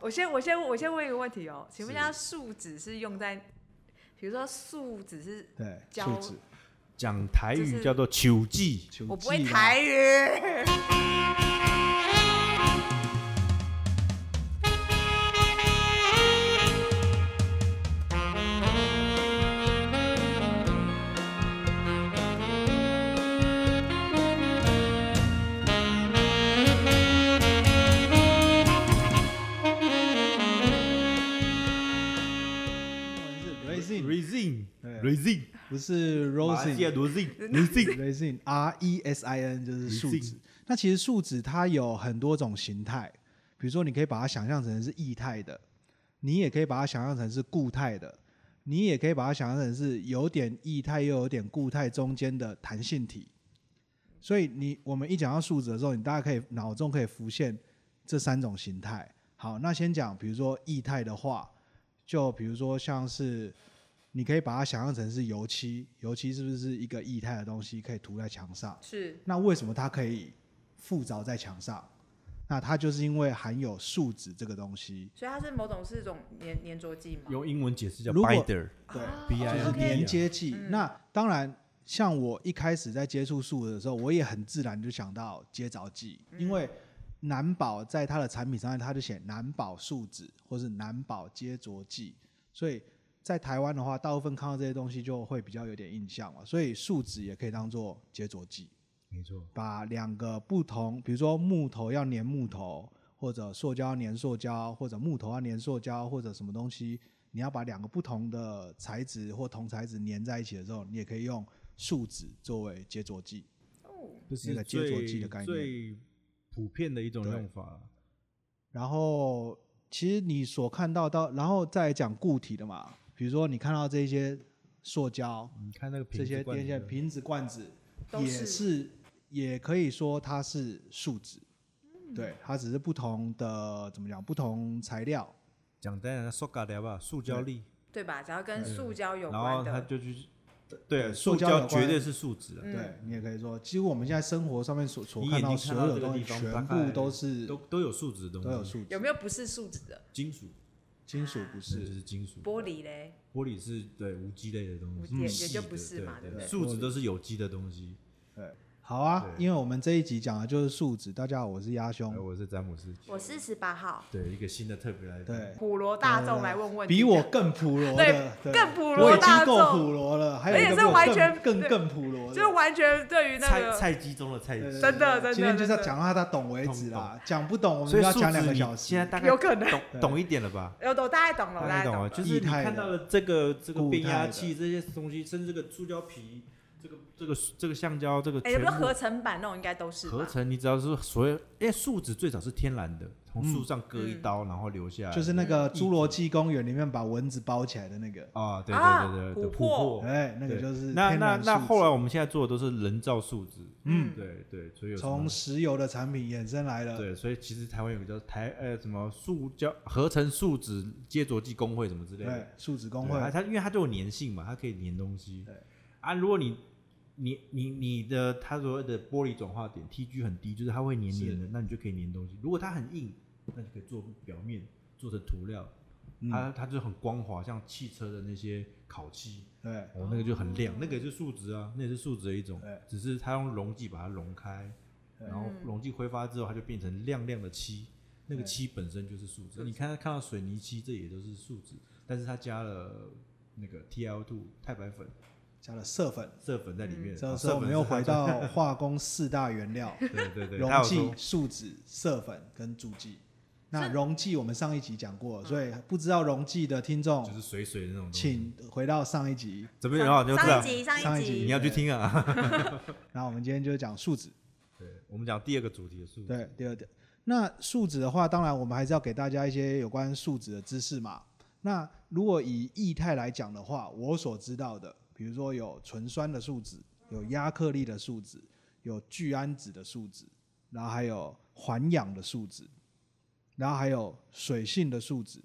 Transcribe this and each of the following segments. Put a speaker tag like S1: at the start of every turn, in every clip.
S1: 我先我先我先问一个问题哦，请问一下，树脂是用在，比如说树脂是，
S2: 对，
S1: 教
S2: 树脂，
S3: 讲台
S1: 就
S3: 语
S1: 是
S3: 叫做球技，
S2: 球
S1: 我不会
S2: 技啦
S1: 台语。
S2: 英文是 resin，
S3: resin
S2: 对
S3: resin
S2: 不是 rosin。
S3: resin
S2: resin R E S I N 就是树
S3: Resin
S2: 脂。那其实树脂它有很多种形态，比如说你可以把它想象成是液态的，你也可以把它想象成是固态的，你也可以把它想象成是有点液态又有点固态中间的弹性体。所以你我们一讲到树脂的时候，你大家可以脑中可以浮现这三种形态。好，那先讲，比如说液态的话，就比如说像是你可以把它想象成是油漆，油漆是不是一个液态的东西可以涂在墙上？
S1: 是
S2: 那为什么它可以附着在墙上？那它就是因为含有树脂这个东西，
S1: 所以它是某种是一种粘粘着剂嘛？
S3: 用英文解释叫
S2: 如果
S3: binder，
S2: 对
S1: 啊
S3: ，B
S2: 就
S3: I
S2: 是
S3: N
S1: OK，OK，
S2: 连接剂。
S1: 嗯
S2: 那当然，像我一开始在接触树的时候，我也很自然就想到接着剂，
S1: 嗯
S2: 因为南宝在它的产品上面，它就写南宝树脂或是南宝接着剂，所以在台湾的话，大部分看到这些东西就会比较有点印象嘛，所以树脂也可以当做接着剂。
S3: 没错，
S2: 把两个不同，比如说木头要粘木头，或者塑胶要粘塑胶，或者木头要粘塑胶，或者什么东西，你要把两个不同的材质或同材质粘在一起的时候，你也可以用树脂作为接着剂。
S1: 哦，
S3: 这
S2: 那
S3: 是
S2: 个接着
S3: 最
S2: 剂的概念
S3: 最普遍的一种
S2: 对
S3: 用法。
S2: 然后，其实你所看到到，然后再讲固体的嘛，比如说你看到这些塑胶、
S3: 你看那个瓶
S2: 这
S3: 子
S2: 些
S3: 罐
S2: 电
S3: 子
S2: 线、
S3: 的
S2: 瓶子、罐子，
S1: 都
S2: 也
S1: 是
S2: 是也可以说它是树脂，
S1: 嗯
S2: 对，它只是不同的怎么讲，不同材料。
S3: 讲当然塑胶吧，塑胶粒，
S1: 对吧？只要跟塑胶有
S3: 然后
S1: 关
S3: 它
S1: 的，
S3: 就去，对，
S2: 塑
S3: 塑
S2: 胶有
S3: 胶
S2: 关
S3: 绝对是树脂啊，
S1: 嗯
S2: 对你也可以说，几乎我们现在生活上面所所
S3: 你
S2: 看
S3: 眼睛
S2: 所
S3: 看到
S2: 有
S3: 这个
S2: 东西，
S3: 地方
S2: 全
S3: 大
S2: 部
S3: 概
S2: 都是
S3: 都都有树脂的
S2: 嗯都有
S3: 东西，
S2: 树
S1: 有
S2: 脂，
S1: 没有不是树脂的？
S3: 金属
S2: 金属不。
S3: 是就是是金属，
S1: 玻璃嘞？
S3: 玻璃是对无机类的东西，
S1: 无也
S3: 细
S1: 也就
S2: 嗯
S3: 的
S1: 不是嘛对
S3: 对
S1: 不对
S3: 树脂都是有机的东西。
S2: 好啊，
S3: 对
S2: 因为我们这一集讲的就是树脂。大家好，我是鸭
S3: 哎，
S2: 兄，
S3: 我是詹姆斯，
S1: 我是十八号，
S3: 对一个新的特别来宾，
S2: 对，
S1: 普罗大
S3: 呃
S1: 众来问问题，
S2: 比我更普罗的，
S1: 对
S2: 对，
S1: 更普
S2: 我
S1: 罗
S2: 已
S1: 大
S2: 经够
S1: 众
S2: 普罗了，还有一
S1: 而且
S2: 个比
S1: 是
S2: 我
S1: 完
S2: 更
S1: 全
S2: 更
S1: 对
S2: 更普罗的，
S1: 就是完全对于那
S3: 菜
S1: 个，
S3: 菜鸡中的菜
S2: 对
S3: 鸡
S2: 对，
S1: 真的真的
S2: 今天就是要
S1: 真的
S2: 讲到他懂为止啦，讲不懂我们要
S3: 树
S2: 讲两
S3: 脂
S2: 个
S3: 你
S2: 小
S3: 现在
S2: 时。
S3: 大
S1: 有
S3: 概
S1: 可能，
S3: 懂懂一点了吧？
S1: 有我大概懂了，我
S3: 大概
S1: 概
S3: 懂
S1: 懂
S3: 了，
S1: 了，
S3: 就是你看到了这个这个
S2: 固态
S3: 变
S2: 的
S3: 压器这些东西，甚至这个塑胶皮，这个这个这个橡胶，这个
S1: 哎，有
S3: 全
S1: 没有
S3: 部
S1: 合成啊版那种应该都是吧
S3: 合成，你只要是所有，因为树脂最早是天然的，从
S2: 嗯
S3: 树上割一刀然后留下来，
S2: 就是那个《
S3: 嗯
S2: 侏罗纪公园》里面把蚊子包起来的那个，
S3: 啊，对
S1: 啊
S3: 对对对，
S1: 琥
S3: 对
S1: 珀
S3: 珀。
S2: 哎，那个
S3: 对
S2: 就是
S3: 那
S2: 天
S3: 那
S2: 然
S3: 那
S2: 树
S3: 后来
S2: 脂
S3: 我们现在做的都是人造树脂，
S1: 嗯
S3: 对对，所以有什么
S2: 从石油的产品衍生来的，
S3: 对，所以其实台湾有个叫台呃什么塑胶合成树脂接着剂工会什么之类的，
S2: 对，树脂哎工
S3: 对啊
S2: 会，
S3: 它因为它都有粘性嘛，它可以粘东西。
S2: 对
S3: 啊，如果你你你你的它所谓的玻璃转化点 Tg 很低，就是它会黏黏的，那你就可以粘东西。如果它很硬，那就可以做表面做成涂料，
S2: 嗯，
S3: 它它就很光滑，像汽车的那些烤漆，
S2: 对，
S3: 哦，那个就很亮，那个也是树脂啊，那也是树脂的一种
S2: 对，
S3: 只是它用溶剂把它溶开，
S2: 对
S3: 然后
S1: 嗯
S3: 溶剂挥发之后，它就变成亮亮的漆。那个
S2: 对
S3: 漆本身就是树脂，你看它看到水泥漆，这也都是树脂，但是它加了那个 TiO2 钛白粉
S2: 加了色粉。
S3: 色粉在里面，
S2: 嗯这
S3: 啊
S2: 时
S3: 色
S2: 候我
S3: 粉
S2: 们又
S3: 是它
S2: 回
S3: 做
S2: 到化工四大原料：
S3: 对 对对，它
S2: 溶
S3: 有
S2: 剂
S3: 说、
S2: 树脂、色粉跟助剂。那
S1: 是嗯
S2: 溶剂我们上一集讲过，所以不知道溶剂的听众
S3: 就，是水水的那种东西，
S2: 请回到上一集。
S3: 怎么样就知
S1: 上一
S3: 道
S1: 集
S2: 上
S1: 上
S2: 一
S1: 一
S2: 集
S3: 你
S1: 集，
S3: 要去听啊。
S2: 然后我们今天就讲树脂。
S3: 对，我们讲第二个主题的树脂，
S2: 对，第二点。那树脂的话，当然我们还是要给大家一些有关树脂的知识嘛。那如果以液态来讲的话，我所知道的，比如说有醇酸的树脂，有亚克力的树脂，有聚氨酯的树脂，然后还有环氧的树脂，然后还有水性的树脂，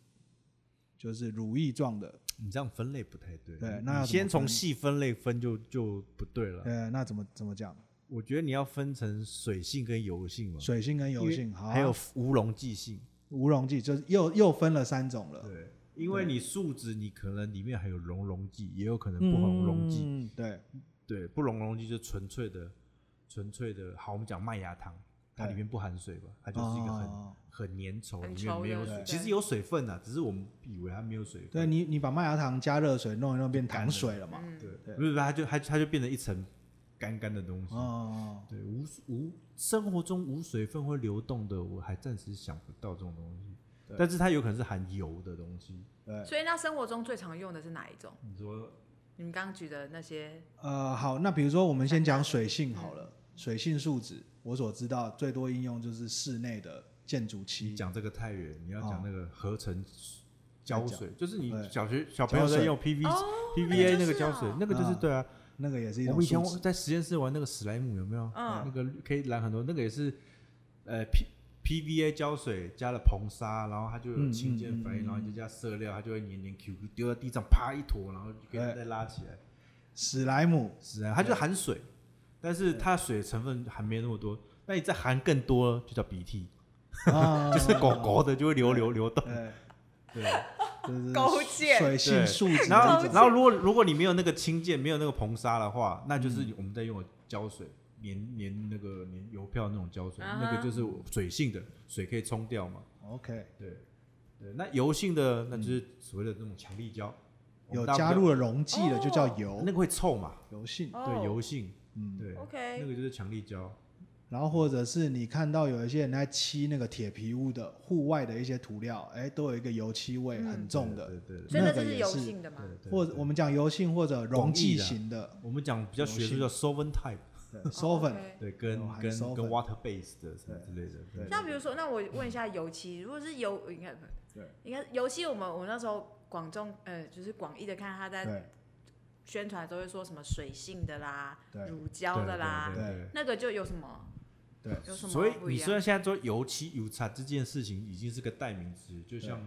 S2: 就是乳液状的。
S3: 你这样分类不太对。
S2: 对
S3: 你
S2: 那要
S3: 你
S2: 怎
S3: 先
S2: 么
S3: 从
S2: 分
S3: 细分类分就就不对了。
S2: 呃，那怎么怎么讲？
S3: 我觉得你要分成水性跟油性嘛，
S2: 水性跟油
S3: 因为
S2: 性，好啊、
S3: 还有无溶剂性。
S2: 无溶剂就是又又分了三种了，
S3: 对，因为
S2: 对
S3: 你树脂，你可能里面还有熔溶剂，也有可能不溶溶剂。
S2: 嗯，对，
S3: 对，不溶溶剂就纯粹的、纯粹的，好，我们讲麦芽糖，它
S2: 对
S3: 里面不含水吧，它就是一个很、
S2: 哦
S3: 很粘稠，
S1: 很
S3: 里面没有
S1: 稠的
S3: 水，
S1: 对
S3: 其实有水分啊，只是我们以为它没有水
S2: 对
S3: 分。
S2: 你你把麦芽糖加热水弄一弄变糖水了嘛，
S1: 嗯，
S3: 对
S2: 对
S3: 不是，它就它它就变成一层干干的东西。
S2: 哦，
S3: 对，无无生活中无水分会流动的，我还暂时想不到这种东西
S2: 对。
S3: 但是它有可能是含油的东西。
S2: 对，
S1: 所以那生活中最常用的是哪一种？
S3: 你说
S1: 你们刚刚举的那些，
S2: 呃，好，那比如说我们先讲水性好了，水性树脂，我所知道最多应用就是室内的建筑
S3: 你
S2: 漆，
S3: 讲这个太远，你要讲
S2: 哦
S3: 那个合成胶水，就是你
S2: 对
S3: 小学小朋友
S2: 胶
S3: 在
S2: 水
S3: 用 PV
S1: 那
S3: PVA
S1: 个
S3: 那
S1: 就是
S3: 个胶水
S1: 哦，
S3: 那个就是
S2: 啊
S3: 对啊。
S2: 那个也是一
S3: 我
S2: 种
S3: 们以前
S2: 树脂，
S3: 在实验室玩那个史莱姆有没有？
S1: 嗯
S3: 那个可以染很多，那个也是呃 P PVA 胶水加了硼砂，然后它就有
S2: 嗯
S3: 氢键反
S2: 嗯
S3: 应，
S2: 嗯
S3: 然后再加色料，它就会黏黏 Q Q，丢在地上啪一坨，然后就可以
S2: 对
S3: 再拉起来。
S2: 史莱姆，
S3: 是啊，它就含水，但是它水成分还没那么多。那你再含更多，就叫鼻涕，
S2: 啊，
S3: 就是狗狗的就会流流流动。
S2: 对，
S3: 对，
S2: 就是
S1: 勾践
S2: 水性
S3: 对
S2: 树
S3: 然
S2: 脂这
S3: 后
S2: 种，
S3: 然后如果如果你没有那个氢键，没有那个硼砂的话，那就是我们在用的胶水
S2: 嗯
S3: 粘粘那个粘邮票那种胶水，
S1: 啊哈
S3: 那个就是水性的，水可以冲掉嘛。
S2: OK，
S3: 对对，那油性的那就是所谓的那种强力胶，我们
S2: 有
S3: 大部分
S2: 加入了溶剂的就叫
S3: 都
S2: 油
S3: 那个会臭嘛？
S2: 油性，
S1: 哦
S3: 对，油性，
S2: 嗯，
S3: 对
S1: OK
S3: 那个就是强力胶。
S2: 然后或者是你看到有一些人在漆那个铁皮屋的户外的一些涂料，哎，都有一个油漆
S1: 嗯
S2: 味很重的，
S3: 对对对
S1: 所以那
S2: 那
S1: 就
S2: 个
S1: 是
S2: 也
S1: 油
S2: 是
S1: 性的嘛
S3: 对，对。
S2: 或者我们讲油性或者溶剂型的
S3: 我们讲比较学术叫 solvent type，
S2: 对
S1: 哦
S2: solvent，
S1: OK
S3: 对，跟
S2: 有含
S3: 跟
S2: solvent
S3: 跟 water base 的什么
S2: 对
S3: 之类的。
S2: 对
S1: 那比如说，那我问一下油漆，如果是油，应该不
S2: 对，
S1: 应该油漆，我们我那时候广众呃，就是广义的看他在
S2: 对
S1: 宣传都会说什么水性的啦、
S2: 对
S1: 乳胶的啦
S3: 对，对对
S2: 对
S3: 对
S1: 那个就有什么
S2: 对
S1: 有什么
S3: 所以
S1: 不一
S3: 你
S1: 样
S3: 虽然现在说油漆油擦这件事情已经是个代名词，就像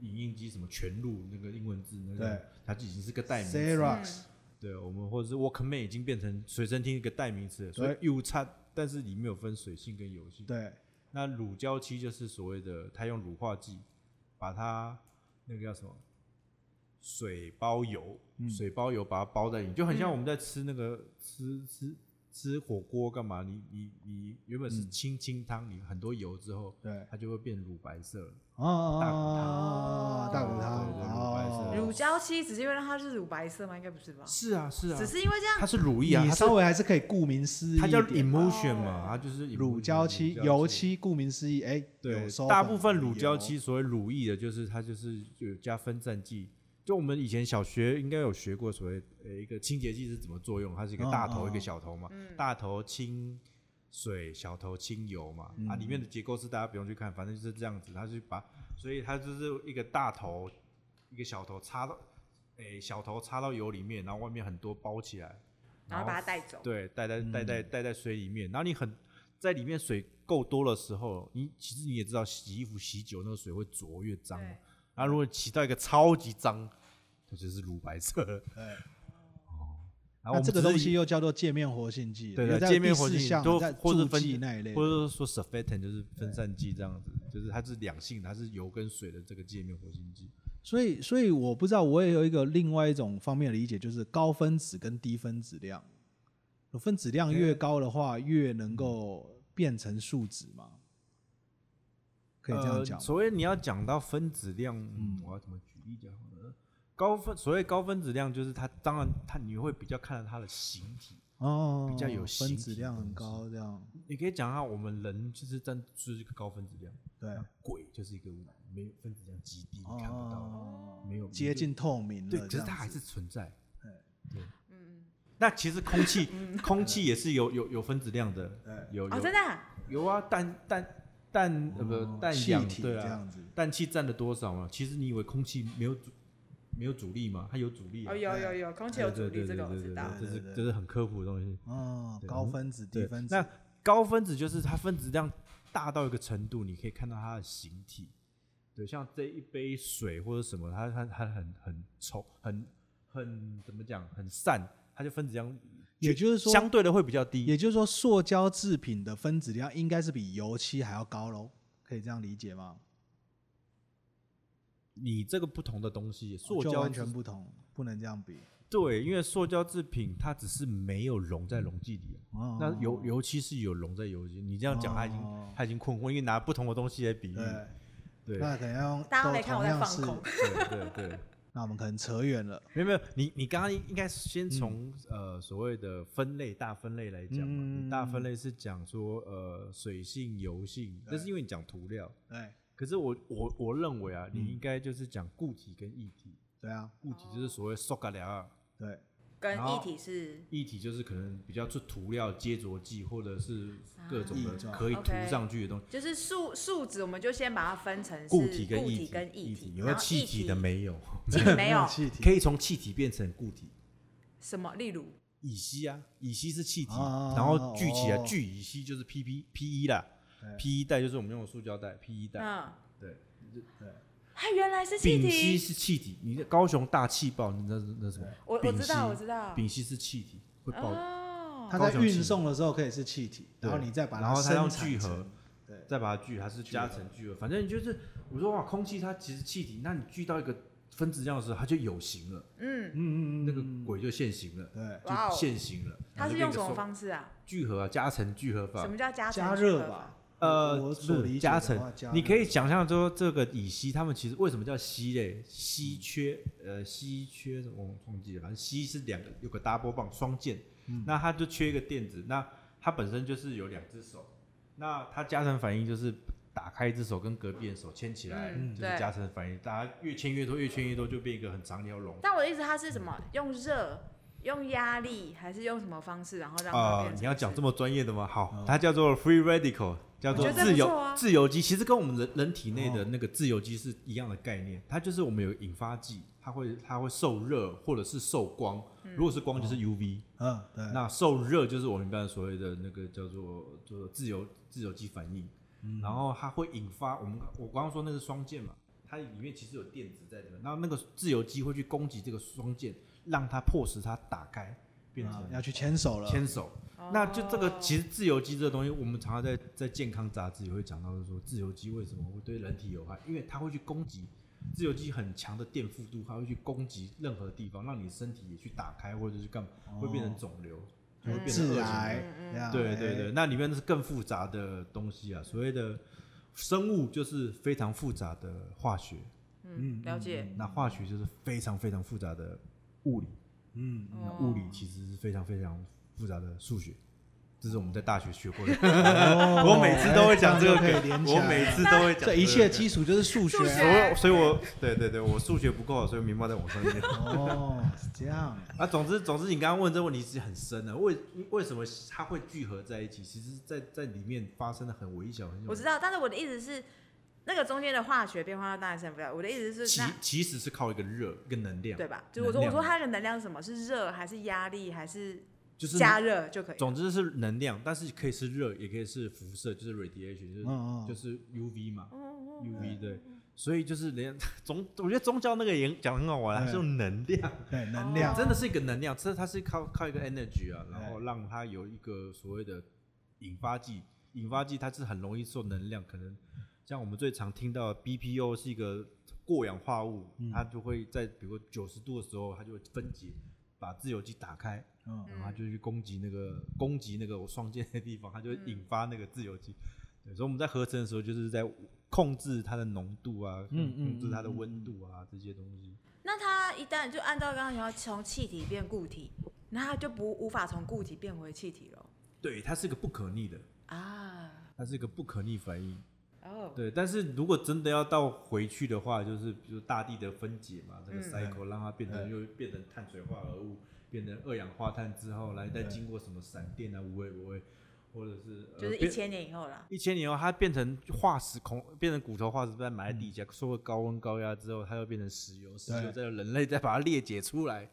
S3: 影印机什么全录那个英文字那
S2: 对
S3: 个，它就已经是个代名词。
S2: ，Xerox，
S3: 对，我们或者是 Walkman 已经变成随身听一个代名词了，所以油擦，但是里面有分水性跟油性。
S2: 对
S3: 那乳胶漆就是所谓的，它用乳化剂把它那个叫什么水包油，
S2: 嗯
S3: 水包油把它包在里面，就很像我们在吃那个、吃
S2: 嗯
S3: 吃吃火锅干嘛？你你你原本是清清汤，你很多油之后，
S2: 对，
S3: 它就会变乳白色了。
S2: 哦哦，大骨汤，
S3: 对对乳白色
S2: 哦
S3: 的
S1: 嗯乳胶漆，只是因为它是乳白色吗？应该不是吧？
S3: 是啊，是啊
S1: 只，是因为这样
S3: 它是乳液啊，
S2: 你
S3: 它是
S2: 稍微还是可以顾名思义一
S3: 它叫
S2: 点，哦
S3: emotion 嘛，它就是 emotion，
S2: 乳胶漆、油。漆，顾名思义，哎，
S3: 对
S2: 有，solvent，
S3: 大部分
S2: 有
S3: 乳
S2: 油
S3: 胶漆所谓乳液的，就是它就是有加分散剂。就我们以前小学应该有学过所谓呃一个清洁剂是怎么作用，它是一个
S2: 嗯
S3: 大
S2: 嗯
S3: 头
S2: 嗯
S3: 一个小头嘛，大头清水，小头清油嘛，啊里
S2: 嗯
S3: 面的结构是大家不用去看，反正就是这样子，它是把，所以它就是一个大头一个小头插到，诶、小头插到油里面，然后外面很多包起来，
S1: 然后把它带走，
S3: 对，待在待在
S2: 嗯
S3: 待在水里面，然后你很在里面水够多的时候，你其实你也知道，洗衣服洗久那个水会浊越脏，
S1: 对
S3: 然后如果洗到一个超级脏，它就是乳白色了。
S2: 对
S3: 然后我
S2: 那
S3: 们
S2: 这个
S3: 只是
S2: 东西
S3: 以
S2: 又叫做界面活性剂，
S3: 对
S2: 因为
S3: 对
S2: 在
S3: 界面
S2: 第四
S3: 活性
S2: 项
S3: 都
S2: 在
S3: 或者
S2: 助
S3: 分
S2: 剂那一类的，
S3: 或者说 surfactant 就是分散剂这样子，就是它是两性的，它是油跟水的这个界面活性剂。
S2: 所以，所以我不知道，我也有一个另外一种方面的理解，就是高分子跟低分子量，分子量越高的话，越能
S3: 嗯
S2: 够变成树脂嘛，可以这样讲
S3: 呃。
S2: 吗。
S3: 所谓你要讲到分子量，嗯，我要怎么举例讲好呢？高分所谓高分子量就是它，当然它你会比较看到它的形体。
S2: 哦，
S3: 比较有
S2: 分
S3: 形
S2: 子
S3: 体
S2: 量
S3: 的
S2: 很
S3: 东西
S2: 高，这样
S3: 你可以讲一啊下，我们人就是占就是一个高分子量，
S2: 对，
S3: 鬼就是一个没有分子量极低，嗯你看不到，
S2: 哦，
S3: 没有
S2: 接近透明了。
S3: 对，可是
S2: 这样
S3: 它
S2: 子
S3: 还是存在。
S1: 嗯，
S3: 那其实 空气，空气也是有有有分子量的，有
S1: 哦，真
S3: 有
S1: 的啊
S3: 有啊，氮氮氮呃
S2: 哦
S3: 不氮
S2: 气
S3: 氧
S2: 体
S3: 对
S2: 这
S3: 啊，
S2: 样子，
S3: 氮气占了多少嘛？其实你以为空气没有阻没有阻力嘛？它有阻力啊
S1: 哦，，有有有，空气
S3: 对
S1: 有
S3: 对
S1: 阻力，
S3: 对
S1: 这
S3: 对
S1: 个我
S3: 对
S1: 知
S3: 对
S1: 道。
S3: 这
S2: 对对
S3: 是
S2: 对
S3: 这是很科普的东西。
S2: 哦，
S3: 对
S2: 高分子、低
S3: 对
S2: 分子，
S3: 那高分子就是它分子量大到一个程度，你可以看到它的形体。对，像这一杯水或者什么，它它它很很稠，很很怎么讲，很散，它就分子量
S2: 也就是说，
S3: 相对的会比较低。
S2: 也就是说，塑胶制品的分子量应该是比油漆还要高喽，可以这样理解吗？
S3: 你这个不同的东西，塑
S2: 哦就
S3: 胶
S2: 完
S3: 制
S2: 全不同，不能这样比。
S3: 对，因为塑胶制品它只是没有溶在溶剂里，
S2: 哦
S3: 那油油漆是有溶在油漆。你这样讲，他已经、
S2: 哦
S3: 他已经困惑，因为拿不同的东西来比喻。
S2: 对，
S3: 嗯对
S2: 那可能要用
S1: 大家
S2: 都
S1: 没看我
S2: 同
S1: 在
S2: 样
S1: 放
S2: 是
S1: 空
S3: 对对对，
S2: 那我们可能扯远了。
S3: 没有没有，你你刚刚应该先
S1: 嗯
S3: 从、呃所谓的分类大分类来讲嘛，
S2: 嗯
S3: 你大分类是讲说呃水性油性，那是因为你讲涂料。
S2: 对，
S3: 可是我我我认为
S1: 嗯
S3: 啊，你应该就是讲固体跟液体，
S2: 对啊，
S3: 固体就是所谓塑胶料，
S2: 对，
S1: 跟
S3: 然
S1: 液
S3: 后
S1: 体是
S3: 液体就是可能比较是涂料、接着剂或者是各种
S2: 啊液
S3: 的
S2: 状
S3: 可以涂
S1: OK
S3: 上去的东西。
S1: 就是树树脂，我们就先把它分成是
S3: 固体跟
S1: 固
S3: 液
S1: 体
S3: 体
S1: 跟液体，
S3: 有
S1: 然
S3: 没有
S1: 后
S3: 气
S1: 液
S3: 体的？没有？
S1: 气体没有
S2: 气体
S3: 可以从气体变成固体，
S1: 什么，例如
S3: 乙烯啊，乙烯是气体，
S2: 啊
S3: 然后聚起来，
S2: 哦
S3: 聚乙烯就是 P P P 一啦
S2: 对
S3: ，P 一带就是我们用的塑胶袋，P E 一袋，
S1: 嗯，
S3: 对，
S1: 它原来是气
S3: 丙烯
S1: 体，
S3: 是气体，你的高雄大气爆，你那那什么？
S1: 我我
S3: 丙
S1: 知道
S3: 烯
S1: 我知道
S3: 丙烯是气体，会爆，
S1: 哦，
S2: 它在
S3: 高雄气
S2: 运送的时候可以是气体，
S3: 对
S2: 然后你再把
S3: 然后它
S2: 生
S3: 用
S2: 产
S3: 聚合
S2: 成对
S3: 再把它聚，还是加成聚合，反正就是我说哇，空气它其实气体，那你聚到一个分子量的时候，它就有形了，
S1: 嗯，
S2: 嗯嗯嗯，
S3: 那个鬼就现形了，
S2: 对，
S1: 哇哦
S3: 就现形了。
S1: 它
S3: 然后就是变
S1: 用
S3: 个
S1: 什么
S3: 塑
S1: 方式啊？
S3: 聚合啊，加成聚合法
S1: 什？么叫加成
S2: 加
S1: 聚
S2: 热
S1: 合
S2: 吧
S1: 法？，
S2: 我
S3: 呃，
S2: 所理
S3: 是
S2: 解
S3: 加
S2: 的
S3: 成
S2: 话加热，
S3: 你可以想象说，这个乙烯他们其实为什么叫烯嘞？稀缺，呃，稀缺什么我忘记了，反正烯是两个有个 double 棒双键，那它就缺一个电子，那它本身就是有两只手，那它加成反应就是打开一只手跟隔壁的手牵起来，
S1: 嗯
S3: 就是
S1: 对
S3: 加成反应，大家越牵越多，越牵越多就变一个很长一条龙。
S1: 但我的意思，它是什么？用热、用压力，还是用什么方式，然后让它
S3: 啊、
S1: 变成？
S3: 你要讲这么专业的吗？好，
S2: 嗯
S3: 它叫做 free radical，叫
S1: 我
S3: 做
S1: 觉得
S3: 自由、
S1: 不错啊
S3: 自由基，其实跟我们人人体内
S2: 哦
S3: 的那个自由基是一样的概念。它就是我们有引发剂，它会它会受热或者是受光。
S1: 嗯
S3: 如果是光就是 UV，、
S2: 嗯对，
S3: 那受热就是我们一般所谓的那个叫做做自由自由基反应。
S2: 嗯
S3: 然后它会引发我们我刚刚说那是双键嘛，它里面其实有电子在里面，然后那个自由基会去攻击这个双键，让它迫使它打开变成、
S2: 啊要去牵手了，
S3: 牵手。
S1: 哦
S3: 那就这个其实自由基这个东西，我们常常在在健康杂志也会讲到，就是说自由基为什么会对人体有害，因为它会去攻击自由基很强的电负度，它会去攻击任何地方，让你身体也去打开或者是干嘛，会变成肿瘤，就会变成恶
S2: 致
S3: 性
S2: 癌，嗯
S1: 嗯
S2: 这样
S3: 对对
S2: 哦哎
S3: 对，那里面是更复杂的东西啊，所谓的生物就是非常复杂的化学，
S1: 嗯，了解。
S3: 那化学就是非常非常复杂的物理，
S2: 嗯，
S1: 哦
S3: 那物理其实是非常非常复杂的数学，这是我们在大学学过的。
S2: 我
S3: 我每次都会讲这个
S2: 可以连起
S3: 我
S2: 来，
S3: 每次都会讲
S2: 这一切
S3: 基，
S2: 基础就是数学
S1: 数
S3: 所
S1: 学
S2: 啊。
S3: 以所以我对对对，我数学不够好，所以名报在我上面。
S2: 哦，是这样，
S3: 啊，总之总之，你刚刚问这个问题是很深的，为为什么它会聚合在一起？其实在，在里面发生了很微小很小
S1: 我知道，但是我的意思是，那个中间的化学变化当然是不了。我的意思是，
S3: 其
S1: 那
S3: 其实是靠一个热跟能量，
S1: 对吧？就是我说，
S3: 能
S1: 我
S3: 量
S1: 说它的能量是什么？是热还是压力还是
S3: 就是
S1: 加热就可以？
S3: 总之是能量，但是可以是热，也可以是辐射，就是 radiation，就是、
S2: 嗯嗯
S3: 就是 UV 嘛
S1: 嗯
S3: ，UV 对，所以就是连 宗，我觉得宗教那个也讲得很好玩，
S2: 对
S3: 它是用能量，
S2: 对能量，
S3: 真的是一个能量，这它是靠靠一个 energy 啊，然后让它有一个所谓的引发剂，引发剂它是很容易受能量，可能像我们最常听到的 BPO 是一个过氧化物，
S2: 嗯
S3: 它就会在比如九十度的时候，它就会分解，把自由基打开，
S2: 嗯
S3: 然后它就去攻击那个攻击那个我双键的地方，它就
S2: 嗯
S3: 会引发那个自由基。对，所以我们在合成的时候，就是在控制它的浓度啊，
S2: 嗯嗯
S3: 控制它的温度啊，这些东西。
S1: 那它一旦就按照刚刚讲，从气体变固体，那它就不无法从固体变回气体了
S3: 对，它是一个不可逆的，
S1: 啊！
S3: 它是一个不可逆反应。
S1: 哦，
S3: 对，但是如果真的要到回去的话，就是比如大地的分解嘛，这个
S1: 嗯
S3: cycle 让它变成又变成碳水化合物，变成二氧化碳之后，来再经过什么闪电啊、无微不微，或者是呃
S1: 嗯就是一
S3: 变
S1: 千年以后啦。
S3: 一千年后，它变成化石孔，变成骨头化石在埋在地下，受过高温高压之后，它又变成石油，石油
S2: 嗯对
S3: 再由人类再把它裂解出来。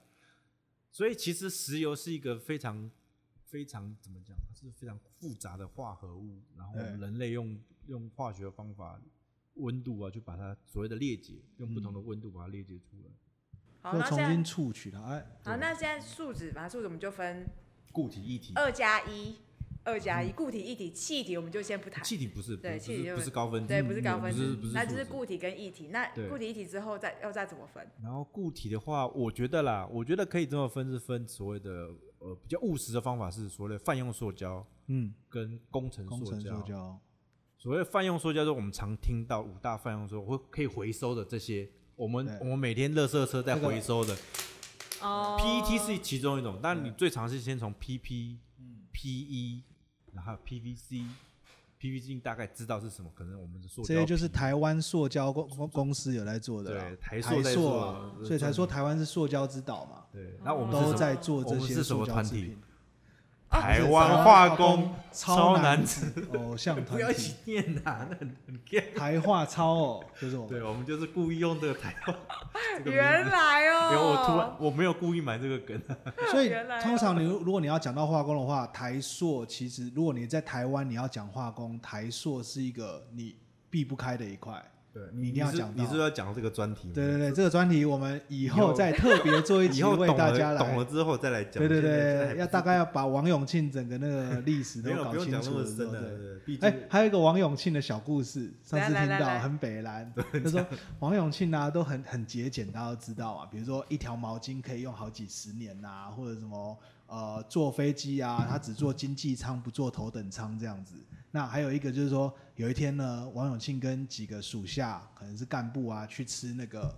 S3: 所以其实石油是一个非常非常怎么讲，它是非常复杂的化合物，然后我们
S2: 对
S3: 人类用用化学方法。温度啊，就把它所谓的裂解，用不同
S2: 嗯
S3: 的温度把它裂解出来。
S1: 好，
S2: 又
S1: 那现
S2: 重新
S1: 在
S2: 触取它，哎，
S1: 好，那现在数值嘛，数值我们就分
S3: 固体、液体，
S1: 二加一二加
S3: 嗯
S1: 一，固体、液体、气体，我们就先不谈。
S3: 气体不是，不
S1: 对
S3: 是
S1: 气体
S3: 不
S1: 就是是
S3: 不是高分子，
S1: 对，不是高分
S3: 嗯不是
S1: 子
S3: 不，是
S1: 那
S3: 数
S1: 就是
S3: 字
S1: 固体跟液体。那
S3: 对
S1: 固体、液体之后再要再怎么分？
S3: 然后固体的话，我觉得啦，我觉得可以这么分，是分所谓的呃比较务实的方法是所谓的泛用塑胶
S2: 嗯，
S3: 跟工程
S2: 工
S3: 塑
S2: 程
S3: 胶
S2: 塑。胶，
S3: 所谓的泛用塑胶，就是我们常听到五大泛用塑胶会可以回收的这些，我们
S2: 对
S3: 我们每天垃圾车在
S2: 这个
S3: 回收的
S1: 哦
S3: PET E 是其中一种，但你最常是先从 PP、PE，然 E，后 PVC。PVC 大概知道是什么，可能我们的塑胶
S2: 这些就是
S3: 皮
S2: 台湾塑胶公公公司有在做的啦，
S3: 对台塑
S2: 塑
S3: 在做
S2: 啊
S3: 这
S2: 所以才说台湾是塑胶之岛嘛，
S3: 对，然后我们是
S2: 都
S3: 什么
S2: 在做这
S3: 我们
S2: 些
S3: 是什
S2: 塑
S3: 么
S2: 胶
S3: 团
S2: 制
S3: 体
S2: 品。
S3: 台湾化工
S2: 超
S3: 难
S2: 难吃偶像
S3: 不要
S2: 团
S3: 一
S2: 体
S3: 起，念呐，那很很 gay。
S2: 台化超哦，就是我们
S3: 对，我们就是故意用这个台湾这个名字。
S1: 原来哦，
S3: 没有，我突然我没有故意买这个梗，啊
S2: 所以
S1: 原来哦
S2: 通常你如如果你要讲到化工的话，台塑其实如果你在台湾你要讲化工，台塑是一个你避不开的一块。
S3: 对
S2: 你一定要
S3: 是
S2: 讲到
S3: 你是不是要讲这个专题吗？
S2: 对对对，这个专题我们以
S3: 以
S2: 后
S3: 后
S2: 再特别 做一
S3: 以
S2: 集
S3: 后
S2: 为
S3: 懂
S2: 大家
S3: 了懂
S2: 来
S3: 了。之后再来讲。
S2: 对对
S3: 现在现在还
S2: 对，
S3: 不
S2: 要大概要把王永庆整个那个历史都
S3: 没有
S2: 搞
S3: 不用
S2: 清
S3: 讲那
S2: 楚
S3: 么
S2: 了之
S3: 深
S2: 后。
S3: 的，
S2: 对
S3: 对，毕
S2: 哎、
S3: 竟
S2: 还有一个王永庆的小故事，上次
S1: 来
S2: 听
S1: 来
S2: 到
S1: 来
S2: 很北蓝，他说王永庆啊都很很节俭，大家都知道啊，比如说一条毛巾可以用好几十年呐、或者什么呃坐飞机啊，他只坐经济舱不坐头等舱这样子。那还有一个就是说，有一天呢，王永庆跟几个属下可能是干部啊，去吃那个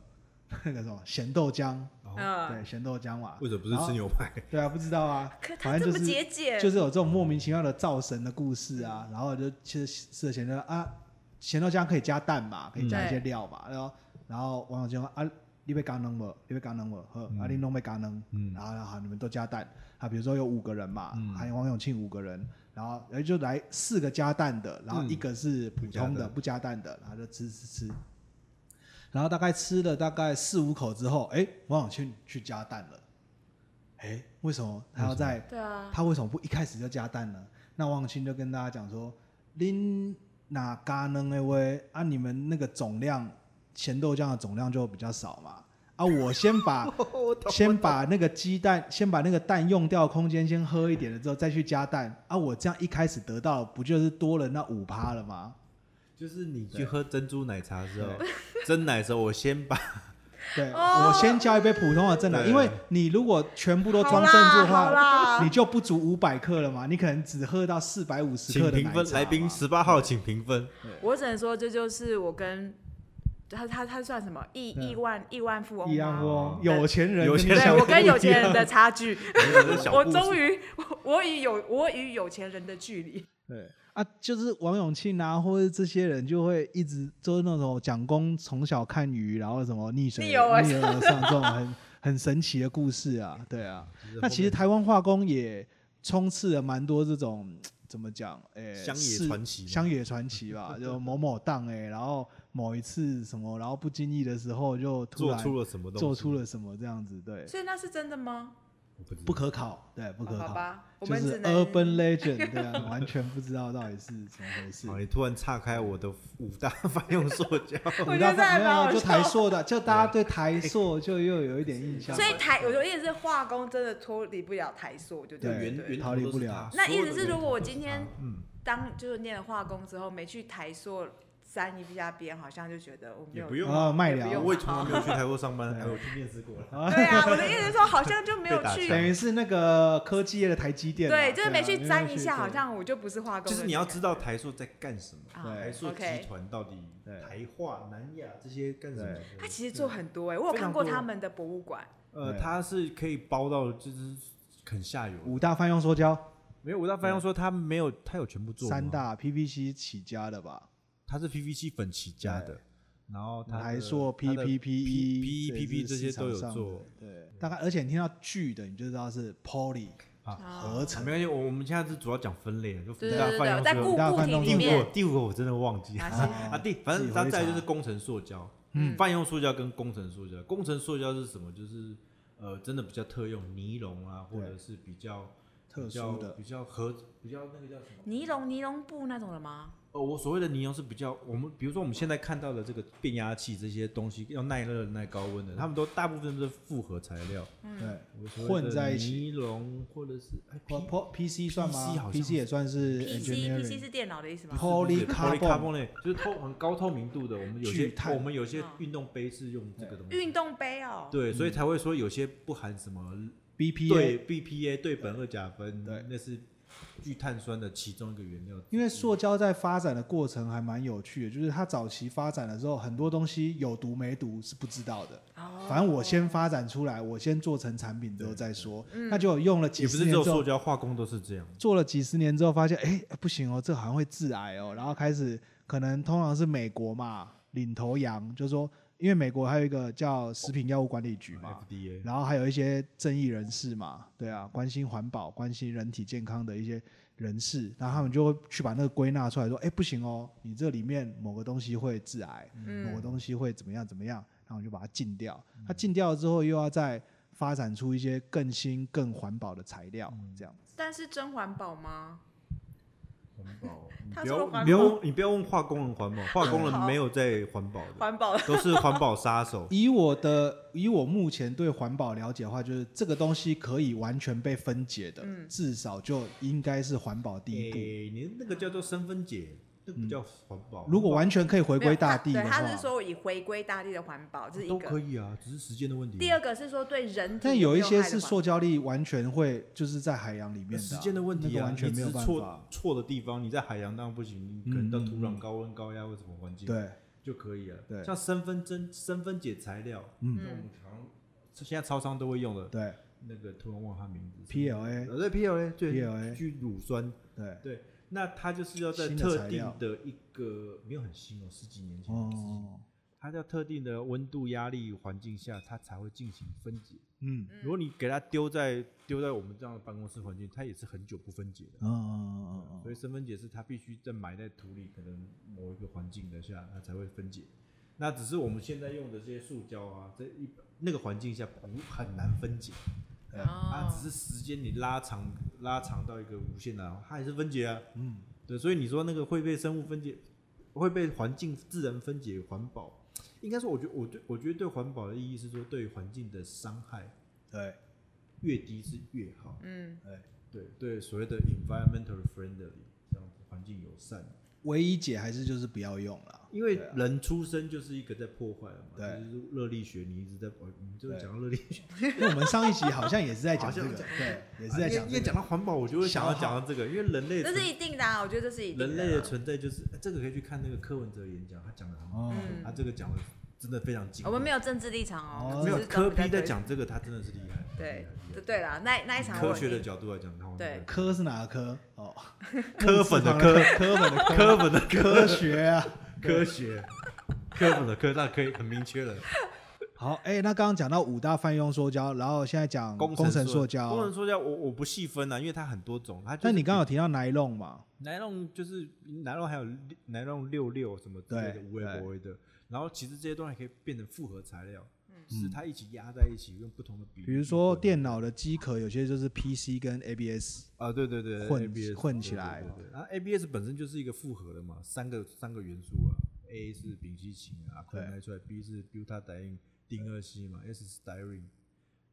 S2: 那个什么咸豆浆，
S3: 哦
S1: 嗯，
S2: 对，咸豆浆嘛、
S3: 为什么不是吃牛排？
S2: 对啊，不知道啊，
S1: 可他
S2: 反
S1: 这
S2: 正
S1: 么
S2: 就是
S1: 节俭，
S2: 就是有这种莫名其妙的造神的故事啊，然后就吃吃了咸豆啊，咸豆浆可以加蛋嘛，可以加一些料嘛，然后然后网友就说啊，你被嘎弄了，你被嘎弄了，呵，啊你弄被嘎弄，
S3: 嗯
S2: 然后然后好你们都加蛋，啊比如说有五个人嘛，
S3: 嗯
S2: 还有王永庆五个人，然后然后就来四个加蛋的，然后一个是普通的嗯不加蛋的，然后就吃吃吃。然后大概吃了大概四五口之后，哎，王永庆去加蛋了。哎，为什么他要在
S1: 对啊，
S2: 他为什么不一开始就加蛋呢？那王永庆就跟大家讲说，您哪嘎能的喂啊，你们那个总量咸豆浆的总量就比较少嘛。啊，我先把先把那个鸡蛋，先把那个蛋用掉的空间先喝一点了之后再去加蛋啊，我这样一开始得到的不就是多了那五趴了吗？
S3: 就是你去喝珍珠奶茶的时候，蒸奶的时候，我先把
S2: 对，
S1: 哦
S2: 我先加一杯普通的正奶，
S3: 对
S2: 因为你如果全部都装珍珠的
S1: 好啦好
S2: 话，
S1: 啦
S2: 你就不足五百克了嘛，你可能只喝到四百五十
S3: 请
S2: 克的
S3: 评
S2: 奶
S3: 分，
S2: 茶
S3: 来宾
S2: 嘛
S3: 十八号请评分。
S1: 我只能说这就是我跟他他他算什么亿
S2: 嗯
S1: 亿万亿万富翁
S2: 一样
S1: 吗
S2: 哦，
S1: 对
S2: 有钱人
S3: 有
S2: 跟
S3: 钱人
S2: 小
S1: 对我跟
S2: 不
S1: 有
S2: 一
S1: 钱
S2: 样
S1: 人
S3: 啊
S1: 的差距，
S3: 没有这小
S1: 我
S3: 故事
S1: 终于我我与有我与有钱人的距离。
S2: 对啊，就是王永庆啊，或者这些人就会一直就是那种蒋公从小看鱼，然后什么溺水
S1: 逆
S3: 啊
S1: 游而
S2: 逆游而上这种很 很神奇的故事啊，对啊。那其实台湾化工也充斥了蛮多这种怎么讲，诶、
S3: 乡野
S2: 是
S3: 传奇嘛
S2: 乡野传奇吧，就某某档哎、然后某一次什么，然后不经意的时候就突
S3: 做
S2: 然
S3: 出了什么东西？
S2: 做出了什么这样子，对，
S1: 所以那是真的吗？
S3: 我不知
S2: 不
S3: 道
S2: 可考，对，不可
S1: 好
S2: 考。
S1: 吧，我
S2: 就
S1: 们只
S2: 是
S1: 能
S2: urban legend，对啊，完全不知道到底是怎么回事
S3: 好，。你突然岔开我的五大 泛用塑 胶，
S1: 我
S2: 你
S1: 觉得这还
S2: 没
S1: 蛮好
S2: 有，就
S1: 笑
S2: 台塑的，就大家
S3: 啊
S2: 对台塑就又有一点印象
S1: 所。以台，我的意思是化工真的脱离不了台塑，就
S2: 对
S1: 对
S3: 原
S1: 了
S3: 原头
S2: 逃离
S3: 都
S2: 不
S3: 是
S2: 了
S3: 它
S1: 那
S3: 所
S1: 意
S3: 有
S1: 思
S3: 的
S1: 是
S3: 源
S1: 如
S3: 头
S1: 果我
S3: 都
S1: 今
S3: 是
S1: 天
S3: 它嗯，
S1: 当就是念了化工之后没去台塑沾一下边，好像就觉得我没
S3: 也
S1: 有
S3: 不。用
S2: 啊，
S3: 啊，
S2: 卖
S1: 也不
S2: 了
S1: 用
S3: 我也从来没有去台湾上 班，哎
S2: 对
S3: 还有去面试过了。
S1: 对啊，我的意思是说好像就没有
S3: 被打
S1: 去
S3: 枪，
S2: 等于是那个科技业的台积电啊。
S1: 对，就是没
S2: 啊
S1: 去沾一下，好。
S2: 对
S1: 像我就不是化工。
S3: 就是你要知道台塑在干什么，
S1: 啊
S2: 对
S3: 台塑集
S1: OK
S3: 团到底
S2: 对
S3: 台化、南亚这些干什么
S2: 对？
S1: 他其实做很多哎、我有
S3: 非常
S1: 看过
S3: 多
S1: 他们的博物馆，
S3: 呃，
S2: 对
S3: 它是可以包到就是很下游的。
S2: 五大泛用塑胶，
S3: 没有，我大翻扬说他没有，他有全部做吗
S2: 三，大 PVC 起家的吧？
S3: 他是 PVC 粉起家的，然后它的
S2: 台塑
S3: 它的
S2: PPPE、
S3: PPPE E 这些都有做。。啊
S2: 对，大概而且你听到聚的，你就知道是 poly
S1: 啊
S2: 合
S3: 啊
S2: 成
S3: 没。关系，我我们现在是主要讲分类，就
S1: 对
S3: 五
S1: 对
S3: 大
S1: 对
S3: 泛
S1: 对，
S3: 用
S1: 我在
S3: 说
S1: 固
S2: 大
S1: 固
S2: 泛
S1: 体
S2: 用
S1: 里
S3: 第五
S1: 面
S3: 个，第五个我真的忘记
S1: 哪
S3: 了
S1: 些
S3: 啊。第反正
S2: 自己
S3: 它
S2: 回
S3: 再
S2: 查
S3: 就是工程塑胶，
S2: 嗯
S3: 泛用塑胶跟工程塑胶。工程塑胶是什么？就是呃，真的比较特用尼龙啊，或
S2: 对
S3: 者是比较
S2: 特
S3: 比较
S2: 殊的
S3: 比较合比较那个叫什么？
S1: 尼龙尼龙布那种的吗？
S3: 呃，我所谓的尼龙是比较我们，比如说我们现在看到的这个变压器这些东西，要耐热、耐高温的，他们都大部分都是复合材料，
S1: 嗯
S3: 我所
S2: 对，
S3: 谓
S2: 混
S3: 的
S2: 在一起。
S3: 尼龙或者是哎 P-
S2: 或 P- PC 算吗
S3: PC 好像
S2: ？PC 也算是
S1: PC PC
S2: engineering。
S1: 是电脑的意思吗？
S2: Paul- Polycarbon
S3: polycarbonate 就是透很高透明度的。我们有
S2: 聚
S3: 些
S2: 碳
S3: 我们有些
S1: 嗯
S3: 运动杯是用这个东西，
S1: 运动杯哦，
S3: 对，
S2: 嗯
S3: 所以才会说有些不含什么
S2: BPA，
S3: 对 BPA 对苯二甲酚，
S2: 对
S3: 那是聚碳酸的其中一个原料。
S2: 因为塑胶在发展的过程还蛮有趣的，就是它早期发展的时候，很多东西有毒没毒是不知道的。
S1: 哦，
S2: 反正我先发展出来，我先做成产品之后再说。那就用了
S3: 嗯也
S2: 几
S3: 不
S2: 十
S3: 是只
S2: 年
S3: 有
S2: 之
S3: 塑
S2: 后，
S3: 胶，化工都是这样。
S2: 做了几十年之后发现，哎、不行哦，这好像会致癌哦。然后开始可能通常是美国嘛，领头羊，就是说，因为美国还有一个叫食品药物管理局嘛，
S3: FDA
S2: 然后还有一些正义人士嘛，对啊，关心环保、关心人体健康的一些人士，然后他们就会去把那个归纳出来，说，哎，不行哦，你这里面某个东西会致癌，
S1: 嗯
S2: 某个东西会怎么样怎么样，然后我就把它禁掉。它禁掉了之后，又要再发展出一些更新、更环保的材料，
S1: 嗯
S2: 这样。。
S1: 但是真环保吗？
S3: 环 保，你
S1: 嗯他
S3: 不
S1: 说
S3: 要
S1: 环保嗯
S3: 你不要问你不要问化工人环保，化工人没有在环保的，
S1: 环保，
S3: 都是环保杀手
S2: 以我的以我目前对环保了解的话，就是这个东西可以完全被分解的，
S1: 嗯
S2: 至少就应该是环保第一步。
S3: 诶哎你那个叫做身分解，那个不叫环保。
S2: 嗯如果完全可以回
S1: 没
S2: 归
S1: 有
S2: 大
S1: 他
S2: 地的
S1: 对，
S2: 话，
S1: 他是说以回归大地的环保，这是一
S3: 都可
S1: 个。
S3: 以啊，只是时间的问题。
S1: 第二个是说对人体，
S2: 但有一些是塑，胶粒完全会就是在海洋里面的啊、
S3: 时间的问题
S2: 那个
S3: 啊，
S2: 完全
S3: 你
S2: 没
S3: 只
S2: 有
S3: 是
S2: 办
S3: 错
S2: 法。嗯
S3: 错的地方，你在海洋当然不行，你可能到土壤高温高压或什么环境
S2: 对，
S3: 就可以了。
S2: 对
S3: 像身分真身分解材料，
S2: 嗯
S3: 那我们常现在超商都会用的，
S2: 对
S3: 那个突然忘了它名字。
S2: ，PLA，
S3: 呃对 PLA 对
S2: PLA
S3: 聚乳酸
S2: 对，
S3: 对，那它就是要在
S2: 新的
S3: 特
S2: 材
S3: 定
S2: 料
S3: 的一个没有很新哦，十几年前，十几年
S2: 哦，
S3: 它在特定的温度、压力环境下，它才会进行分解。
S2: 嗯，
S1: 嗯
S3: 如果你给它丢在丢在我们这样的办公室环境，它也是很久不分解的。
S2: 嗯嗯嗯
S3: 所以生分解是它必须在埋在土里，可能某一个环境的下，它才会分解。那只是我们现在用的这些塑胶啊，在一那个环境下不很难分解，
S2: 对
S1: 哦
S3: 啊，只是时间你拉长拉长到一个无限的话，它还是分解啊。
S2: 嗯
S3: 对，所以你说那个会被生物分解，会被环境自然分解，环保，应该说我觉得我对我觉得对环保的意义是说对环境的伤害
S2: 嗯，对，
S3: 越低是越好。
S1: 嗯，
S3: 对对，所谓的 environmental friendly，这样子环境友善。
S2: 唯一解还是就是不要用 了。
S3: 因为
S2: 对啊
S3: 人出生就是一个在破坏的嘛，
S2: 对
S3: 就是热力学，你一直在，哦你就是
S2: 对
S3: 讲到热力学，
S2: 那我们上一集好像也是在讲
S3: 好
S2: 这
S3: 像
S2: 个，对，也是
S3: 啊
S2: 在
S3: 因为
S2: 讲
S3: 因为
S2: 这
S3: 讲
S2: 个。
S3: 到环保，我就会想要讲到这个，因为人类
S1: 这是
S3: 存
S1: 一定的啊，我觉得这是一定的啊。
S3: 人类的存在就是哎这个可以去看那个柯文哲演讲，他讲的很好，
S2: 哦，
S1: 嗯
S3: 他这个讲的真的非常精
S1: 我们
S3: 辟，
S1: 没有政治立场哦，
S2: 哦
S1: 我们
S3: 没有
S1: 只是
S3: 科
S1: 专门
S3: 比在
S1: 推
S3: 讲这个，他真的是厉害，
S1: 对
S3: 厉害，
S1: 对啦，那那一场
S3: 科
S1: 我一
S3: 学的
S1: 定
S3: 角度来讲，他好像
S1: 对
S2: 科是哪个科？ 哦，
S3: 科粉的
S2: 科
S3: 科，
S2: 科粉的科，
S3: 科粉的科
S2: 科学啊。
S3: 科 学，科粉的科，那可以很明确了。
S2: 好，哎、那刚刚讲到五大泛用塑胶，然后现在讲
S3: 工
S2: 程塑
S3: 工
S2: 胶
S3: 程。塑胶我我不细分啊，因为它很多种，它就是
S2: 但你刚刚有提到 nylon 嘛？
S3: 奶酪就是奶酪，还有奶酪六六什么之类的
S2: 对
S3: 无微
S2: 对
S3: 不微的。然后其实这些东西还可以变成复合材料，就是它一起压在一起，用不同的比例去混。
S2: 嗯比如说电脑的机壳，有些就是 PC 跟 ABS，
S3: 啊，对对对，
S2: 混
S3: ABS,
S2: 混起来
S3: 对对啊对。然后 ABS 本身就是一个复合的嘛，三个三个元素啊，A 是丙烯嗪啊，
S2: 对
S3: 分开出来；B 是 butadiene 丁二烯嘛，S 是 styrene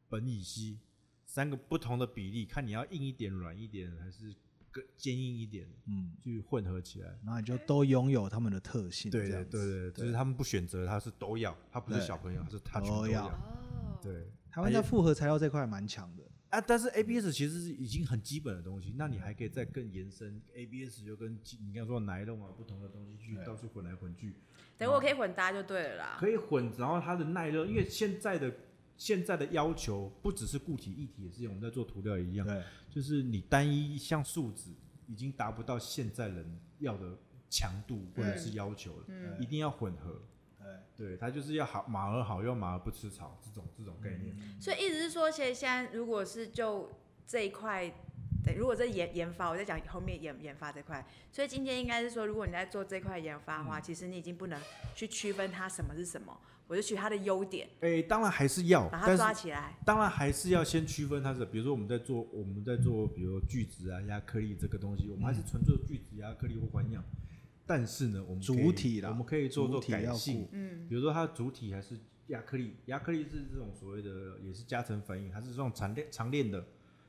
S3: 苯乙烯，三个不同的比例，看你要硬一点、软一点，还是更坚硬一点，
S2: 嗯，
S3: 去混合起来。
S2: 然后你就都拥有它们的特性，
S3: 对
S2: 这
S3: 对
S2: 样
S3: 对对，
S2: 子
S3: 就是他们不选择，他是都要，他不是
S2: 对
S3: 小朋友，他是他全都
S2: 都要
S1: 哦，
S3: 对
S2: 台湾在复合材料这块还蛮强的，
S3: 啊，但是 ABS 其实是已经很基本的东西，那你还可以再更延伸，ABS 就跟基你刚说奶弄啊不同的东西去
S2: 对
S3: 到处混来混去，
S1: 等我可以混搭就对了啦。
S3: 可以混，然后它的耐热，因为现在的现在的要求不只是固体液体，也是我们在做涂料一样，
S2: 对，
S3: 就是你单一一项树脂已经达不到现在人要的强度或者
S2: 对
S3: 是要求了，
S1: 嗯
S3: 一定要混合。
S2: 对
S3: 对，它就是要好马儿好用，马儿不吃草这种这种概念。
S1: 所以意思是说，其实现在如果是就这一块，对，如果这研研发，我在讲后面研研发这块，所以今天应该是说，如果你在做这块研发的
S3: 嗯
S1: 话，其实你已经不能去区分它什么是什么，我就取它的优点，
S3: 诶、当然还是要，
S1: 把它
S3: 但
S1: 抓
S3: 是
S1: 起来。
S3: 当然还是要先区分它是，比如说我们在做我啊们在做，比如说聚酯啊、亚克力这个东西，我们还是纯做聚酯、亚克力或环氧。但是呢，我们
S2: 主
S3: 可以
S2: 体啦
S3: 我们可以做做
S2: 主体
S3: 改
S2: 要
S3: 性
S2: 顾，
S1: 嗯，
S3: 比如说它的主体还是亚克力，亚克力是这种所谓的也是加成反应，它是这种长链长链的。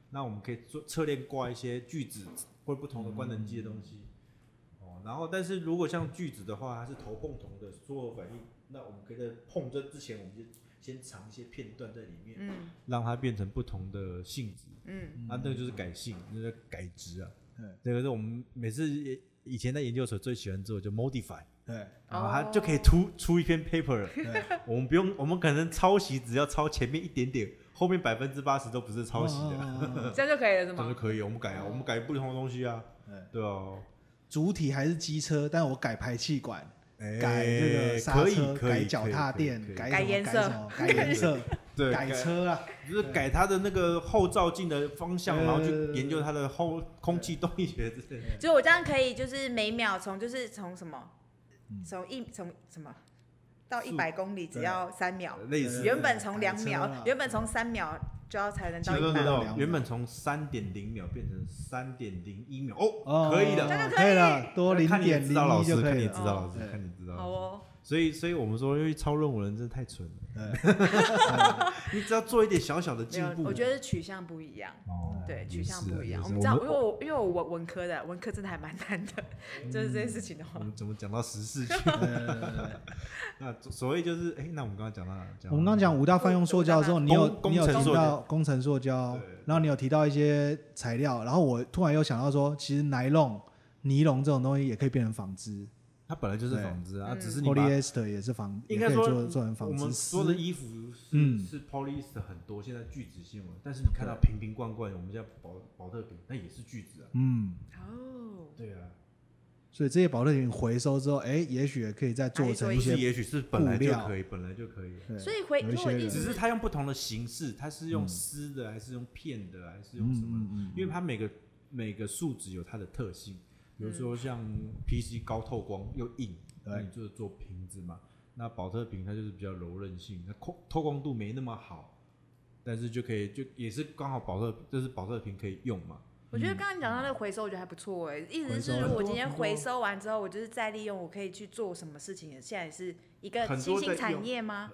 S3: 那我们可以做侧链挂一些锯子或者不同的官能机的东西。哦，然后但是如果像锯子的话，它是头共同的所有反应，那我们可以在碰针之前，我们就先藏一些片段在里面，
S1: 嗯
S3: 让它变成不同的性质。
S1: 嗯
S3: 啊，那个就是改性，那个改值啊。
S2: 对
S3: 这个是我们每次也以前在研究所最喜欢做的，就 modify。
S2: 对
S3: 然后它
S1: 哦
S3: 就可以出出一篇 paper 了。
S2: 对，
S3: 我们不用，我们可能抄袭，只要抄前面一点点，后面百分之八十都不是抄
S2: 哦
S3: 袭的，
S2: 的。
S1: 这样就可以了是
S3: 这样就
S1: 吗？
S3: 可以。我们改啊，我们改不同的东西啊，
S2: 对
S3: 对哦。
S2: 主体还是机车，但我改排气管，
S3: 哎
S2: 改这个刹
S3: 可以
S2: 车，
S3: 可以
S2: 改脚踏垫
S3: 可以可以，
S2: 改
S1: 改颜
S2: 什么改
S1: 色
S2: 什么，改颜色，
S3: 对
S2: 改，车啊，
S3: 就是改它的那个后照镜的方向，
S2: 对
S3: 然后去研究它的后空气动力学之类的。
S1: 就我这样可以，就是每秒从就是从什么，
S3: 嗯
S1: 从一从什么到一百公里只
S3: 啊
S1: 要三秒，
S3: 类似
S2: 对
S1: 原本从
S2: 改
S1: 两
S2: 车啊
S1: 秒，原本从三秒就要才能到
S3: 对对
S1: 一
S3: 对
S1: 百
S2: 到
S1: 公里，
S3: 对原本从三点零秒变成三点零一秒，哦，
S2: 哦
S3: 可以的，呃
S1: 这个
S2: 可
S1: 可以
S2: 了，多零
S3: 看你
S2: 点
S3: 知道
S2: 零
S3: 老
S2: 一就
S3: 师，
S2: 可
S3: 看你
S2: 以
S3: 知
S2: 了。
S3: 道老师
S2: 对，
S3: 看你知道老师
S1: 好。哦，
S3: 所以，所以我们说，因为抄论文人真的太蠢了，
S2: 对，
S3: 你只要做一点小小的
S1: 没
S3: 进
S1: 有，
S3: 步，
S1: 我觉得取向不一样。
S3: 哦，
S1: 对，
S3: 也
S1: 取向
S3: 是啊
S1: 不一样。
S3: 也
S1: 我
S3: 是
S1: 们
S3: 我
S1: 知道，因
S3: 们
S1: 为我因为我文文科的，文科真的还蛮难的，就是这些事情的话
S3: 我，们怎么讲到时事去？ 那所谓就是，哎，那我们刚刚讲到哪？到哪
S2: 我们刚刚讲五大泛用塑胶的时候，你有
S3: 工
S2: 你有
S3: 工程
S2: 提
S3: 塑胶
S2: 到工程塑胶
S3: 对，
S2: 然后你有提到一些材料，然后我突然又想到说，其实尼龙、尼龙这种东西也可以变成纺织
S3: 它本来就是纺织啊，
S1: 对
S3: 只是你把
S2: ，polyester 也是纺，
S3: 应
S2: 也
S3: 该
S2: 可以
S3: 说
S2: 做做成
S3: 我
S2: 纺织
S3: 们说的
S2: 丝。
S3: 衣服是
S2: 嗯
S3: 是 polyester 很多，现在聚酯纤维，但是你看到瓶瓶罐罐，我们叫保保特瓶，那也是聚酯啊。
S2: 嗯，
S1: 哦，
S3: 对啊，
S2: 所以这些保特瓶回收之后，哎，也许也可以再做成一
S3: 不是
S2: 些
S3: 也许是本来就
S2: 布料嗯
S3: 可以，本来就可以。啊
S2: 对
S1: 所以回
S2: 有一
S1: 如果
S2: 些
S1: 意
S2: 人
S1: 思
S3: 只是
S1: 是，
S3: 它用不同的形式，它是用丝的，还是用片的，还是用什么的？
S2: 嗯嗯嗯嗯
S3: 因为它每个每个树脂有它的特性，比如说像 PC 高透光又硬，
S2: 嗯对
S3: 那你就是做瓶子嘛。那保特瓶它就是比较柔韧性，它透透光度没那么好，但是就可以就也是刚好保特这是保特瓶可以用嘛。
S1: 我觉得刚刚讲到那个回收，我觉得还不错哎。意思
S2: 回收
S1: 是，如果
S3: 嗯很
S1: 我
S3: 多
S1: 今天
S3: 很
S1: 回
S3: 多
S1: 收完之后，我就是再利用，我可以去做什么事情？现在是一个
S3: 很
S1: 新
S3: 多
S1: 兴
S3: 在用
S1: 产业吗？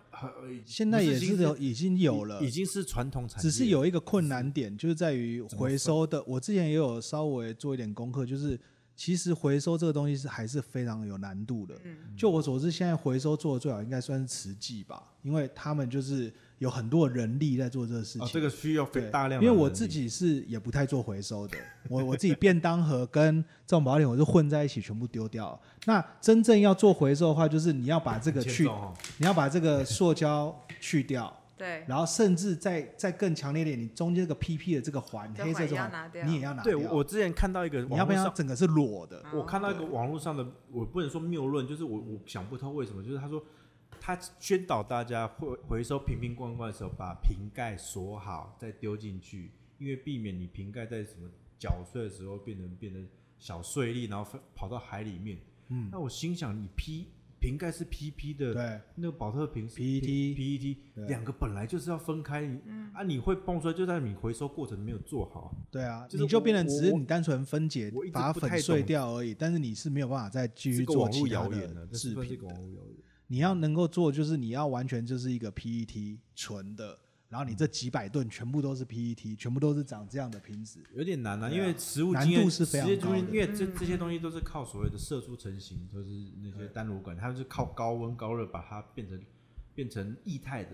S2: 现在也
S3: 不
S2: 是
S3: 新
S2: 有已经有了
S3: 已，经是传统产业，
S2: 只是有一个困难点，就是在于
S3: 怎么
S2: 回收的。我之前也有稍微做一点功课，就是其实回收这个东西是还是非常有难度的。
S1: 嗯
S2: 就我所知，现在回收做的最好应该算是慈济吧，因为他们就是有很多人力在做这个事情。
S3: 啊，这个需要非
S2: 对
S3: 大量的人力，
S2: 因为我自己是也不太做回收的， 我我自己便当盒跟这种保险我是混在一起全部丢掉了。那真正要做回收的话，就是你要把这个
S3: 很欠
S2: 去
S3: 揍，哦
S2: 你要把这个塑胶去掉，
S1: 对，
S2: 然后甚至再再更强烈一点，你中间这个 PP 的这个
S3: 嗯
S2: 环，
S1: 这
S2: 黑色
S1: 环
S2: 这
S1: 也要
S2: 环，
S1: 拿掉。
S2: 你也要拿
S3: 对
S2: 掉。
S3: 我我之前看到一个
S2: 你
S3: 网
S2: 要不
S3: 络上
S2: 要整个是裸的？
S1: 啊
S3: 我看到一个网络上的，我不能说谬论，就是我我想不通为什么，就是他说他宣导大家回回收瓶瓶罐罐的时候，把瓶盖锁好再丢进去，因为避免你瓶盖在什么搅碎的时候变成变成小碎粒，然后分跑到海里面。
S2: 嗯，
S3: 那我心想，你 P 瓶盖是 PP 的，
S2: 对，
S3: 那个保特瓶是 E
S2: PET
S3: PET
S2: 对
S3: 两个本来就是要分开，
S1: 嗯
S3: 啊，你会蹦出来，就在你回收过程没有做好。
S2: 对啊，
S3: 就是
S2: 你就变成
S3: 我
S2: 只是
S3: 我
S2: 你单纯分解
S3: 我一，直
S2: 把它
S3: 不太
S2: 粉碎
S3: 懂
S2: 掉而已，但是你是没有办法再继续
S3: 这个
S2: 做
S3: 网
S2: 其
S3: 络
S2: 他
S3: 谣
S2: 的
S3: 言啊呢，这
S2: 制
S3: 算是
S2: 品
S3: 一个
S2: 的
S3: 网络谣言。
S2: 你要能够做，就是你要完全就是一个 PET 纯的，然后你
S3: 嗯
S2: 这几百吨全部都是 PET，全部都是长这样的瓶子。
S3: 有点难啊，
S2: 对啊
S3: 因为食物经验、
S2: 难度是非常高的
S3: 食物经验因为这
S1: 嗯
S3: 这些东西都是靠所谓的射出成型，就是那些单炉管，它们是靠高温高热把它变成变成液态的。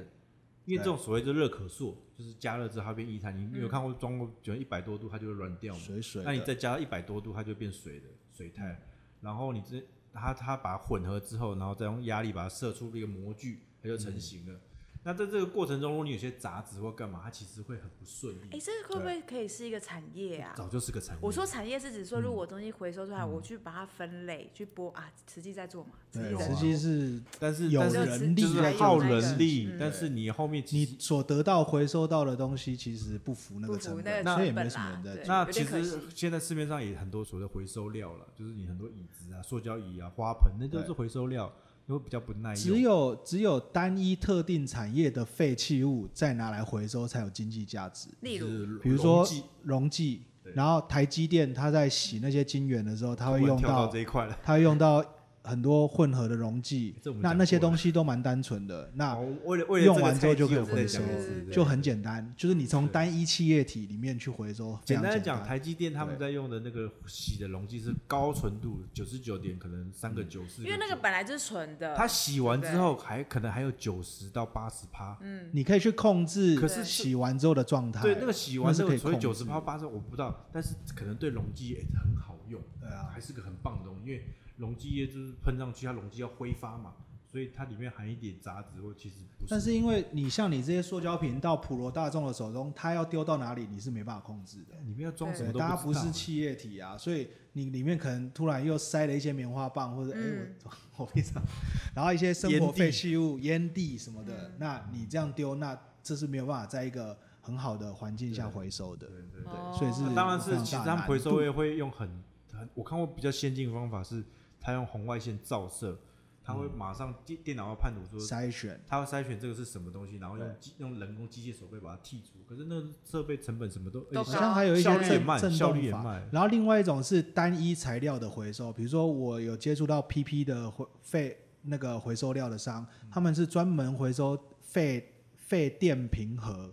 S3: 因为这种所谓的热可塑，就是加热之后它变液态。你
S1: 嗯
S3: 你有看过装过，比如一百多度它就会软掉嘛？
S2: 水水
S3: 那你
S2: 的，嗯
S3: 再加到一百多度，它就变水的水态。然后你这它它把它混合之后，然后再用压力把它射出一个模具，它就
S2: 嗯
S3: 成型了。那在这个过程中，如果你有些杂质或干嘛，它其实会很不顺
S1: 哎，
S3: 利，
S1: 这个会不会可以是一个产业啊？
S3: 早就是个产业。
S1: 我说产业是指
S3: 嗯
S1: 说，如果我东西回收出来，我去把它分类去播啊，实际在做嘛，实
S2: 对
S1: 际，在
S2: 实
S1: 做。
S2: 际是
S3: 但啊是
S2: 有
S3: 但是
S2: 人力
S3: 就是
S2: 在
S3: 耗
S2: 做
S1: 这个
S3: 人力
S1: 嗯，
S3: 但是你后面
S2: 你
S3: 其实
S2: 所得到回收到的东西，其实不符那
S1: 不
S2: 个
S1: 符
S2: 成
S1: 那个
S2: 本，所以也
S1: 成
S2: 没
S1: 本
S2: 什么
S1: 啦
S2: 人，在
S1: 对，
S2: 做。
S3: 那
S1: 有
S3: 其
S1: 点可惜
S3: 实现在市面上也很多所谓的回收料了，就是你很多椅子啊、塑胶椅啊、花盆，那都是
S2: 对
S3: 回收料，都比较不耐
S2: 只
S3: 用。
S2: 有只有单一特定产业的废弃物再拿来回收才有经济价值，
S1: 例
S3: 就
S1: 如
S3: 是
S2: 比如说
S3: 溶剂
S2: 溶剂、
S3: 对
S2: 然后台积电它在洗那些晶圆的时候，它会用
S3: 跳到
S2: 到
S3: 这一块了。
S2: 它会用到很多混合的溶剂
S3: 哎这我，们
S2: 那
S3: 讲
S2: 那些
S3: 过了
S2: 东西都蛮单纯的， 那
S3: 好哦为了为了
S2: 用
S3: 这个
S2: 完之后
S3: 菜
S2: 就
S3: 鸡
S2: 可以
S3: 我们再
S1: 回
S3: 讲
S1: 收
S3: 一次对
S2: 就很简单，就是你从
S3: 对
S2: 单一气液体里面去回收，非
S3: 简
S2: 常
S3: 单
S2: 简
S3: 的
S2: 单。
S3: 讲，台积电他们
S2: 对
S3: 在用的那个洗的溶剂是高纯度，九十九点可能三
S2: 嗯
S3: 个九四，
S1: 因为那个本来就是纯的，
S3: 它洗完之
S1: 对
S3: 后还可能还有九十到八十趴，
S1: 嗯
S2: 你可以去控制
S3: 可是
S2: 洗完之后的状态。
S3: 对，那个洗完
S2: 那
S3: 之
S2: 是可
S3: 后，
S2: 以
S3: 所以九
S2: 控
S3: 十
S2: 制
S3: 趴八十我不知道，但是可能对溶剂也很好用，
S2: 对啊
S3: 还是个很棒的东西，因为溶剂液就是喷上去，它溶剂要挥发嘛，所以它里面含一点杂质，或其实不
S2: 但是因为你像你这些塑胶瓶到普罗大众的手中，它要丢到哪里你是没办法控制的。
S3: 里面要装什么
S2: 对，
S3: 都
S2: 大家不
S3: 知道
S2: 是
S3: 嘛
S2: 气液体啊，所以你里面可能突然又塞了一些棉花棒，或者哎、
S1: 嗯
S2: 我我平常，然后一些生活
S3: 烟蒂
S2: 废弃物、烟蒂什么
S3: 嗯
S2: 的，那你这样丢，那这是没有办法在一个很好的环境下回收的
S3: 对。对对。
S1: 哦
S2: 所以是
S3: 那当然
S2: 非
S3: 是，
S2: 常
S3: 其实
S2: 大
S3: 他们
S2: 难
S3: 回收
S2: 度
S3: 业会用很很，我看过比较先进的方法是，他用红外线照射，他会
S2: 嗯
S3: 马上电电脑要判读说，
S2: 筛选，
S3: 他会筛选这个是什么东西，然后
S2: 对
S3: 用机用人工机械手背把它剔除。可是那个设备成本什么都，
S1: 都
S3: 而
S2: 好
S3: 且
S1: 高
S2: 像还有一些
S3: 效率也
S2: 震
S3: 慢，
S2: 震
S3: 效率
S2: 动
S3: 也
S2: 法。
S3: 慢。
S2: 然后另外一种是单一材料的回收，比如说我有接触到 PP 的回废那个回收料的商，他们是专门回收废废电瓶盒，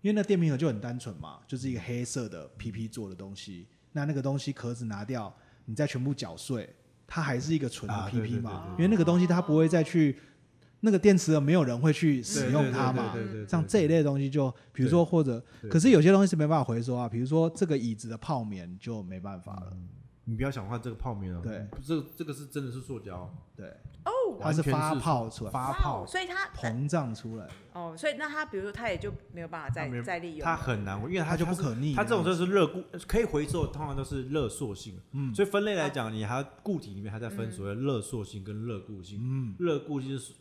S2: 因为那电瓶盒就很单纯嘛，就是一个黑色的 PP 做的东西，那那个东西壳子拿掉，你再全部搅碎，它还是一个纯的
S3: 啊对
S2: PP 嘛，
S3: 对对对
S2: 因为那个东西它不会再去。那个电池盒没有人会去
S3: 对
S2: 使用它嘛，
S3: 对对对对对
S2: 像这一类的东西就，比如说或者，
S3: 对
S2: 可是有些东西是没办法回收啊，比如说这个椅子的泡棉就没办法了，
S3: 你不要想换这个泡面哦，
S2: 对，
S3: 这个这个是真的是塑胶，
S2: 对，
S1: 哦，
S2: 它
S3: 完全是
S2: 发泡出来，
S3: 发
S1: 哇
S3: 泡
S1: 哦，所以它
S2: 膨胀出来的，
S1: 哦，所以那它比如说它也就没有办法
S3: 它
S1: 再
S3: 没有
S1: 再利用
S3: 它
S1: 了，
S3: 很难，因为它
S2: 它
S3: 就
S2: 就不可逆
S3: 它
S2: 的
S3: 这种就是热固，可以回收，通常都是热塑性。嗯，所以分类来讲，你还要固体里面还在分所谓热塑性跟热固性。嗯，热固性就是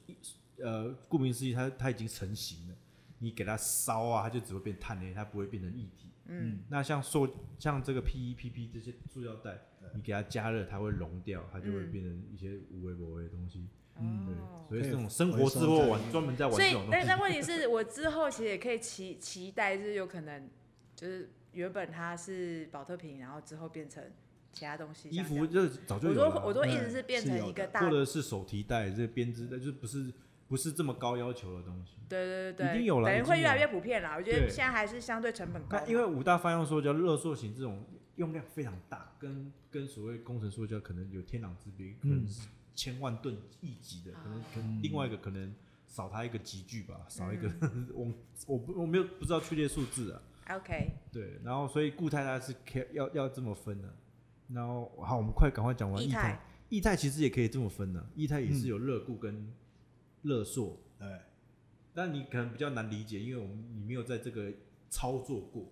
S3: 呃，顾名思义，它它已经成型了，你给它烧啊，它就只会变碳类，它不会变成液体。嗯，那像塑像这个 PEPP 这些塑料袋，你给它加热，它会溶掉，它就会变成一些无微不微的东西。嗯，
S1: 哦
S3: 对，所
S2: 可
S3: 以
S2: 以
S3: 这种生活智慧玩专门在玩
S1: 所
S3: 这
S1: 以
S3: 种东
S1: 但
S3: 西。
S1: 但问题是 我之后其实也可以期期待，就是有可能就是原本它是保特瓶，然后之后变成其他东西，
S3: 衣
S1: 像这
S3: 服
S1: 样
S3: 这早就
S1: 我
S3: 有
S1: 说
S3: 了啊。
S1: 我说一直
S2: 嗯
S1: 是变
S2: 是
S1: 成
S2: 有
S1: 一个
S2: 的
S1: 大
S3: 或，者是手提袋这编织袋，就是不是不是这么高要求的东西。
S1: 对对对
S3: 已
S1: 对，
S3: 经有了
S1: 等于
S3: 已经
S1: 会越来
S3: 有
S1: 越普遍啦。我觉得
S3: 对
S1: 现在还是相对成本高
S3: 那
S1: 嘛，
S3: 因为五大发用塑胶热塑型这种用量非常大，跟跟所谓工程塑胶可能有天壤之别，可能是千万吨一级的，可
S1: 啊
S3: 能可能另外一个可能少它一个级距吧，少一个、
S1: 嗯
S3: 我我不我没有不知道确切数字啊。
S1: OK
S3: 对，然后所以固态它是可以要要这么分的、然后好，我们快赶快讲完
S1: 液
S3: 液态
S1: 态，
S3: 液态其实也可以这么分的、液态也是有热固跟热塑。
S2: 对，
S3: 但你可能比较难理解，因为我们你没有在这个操作过。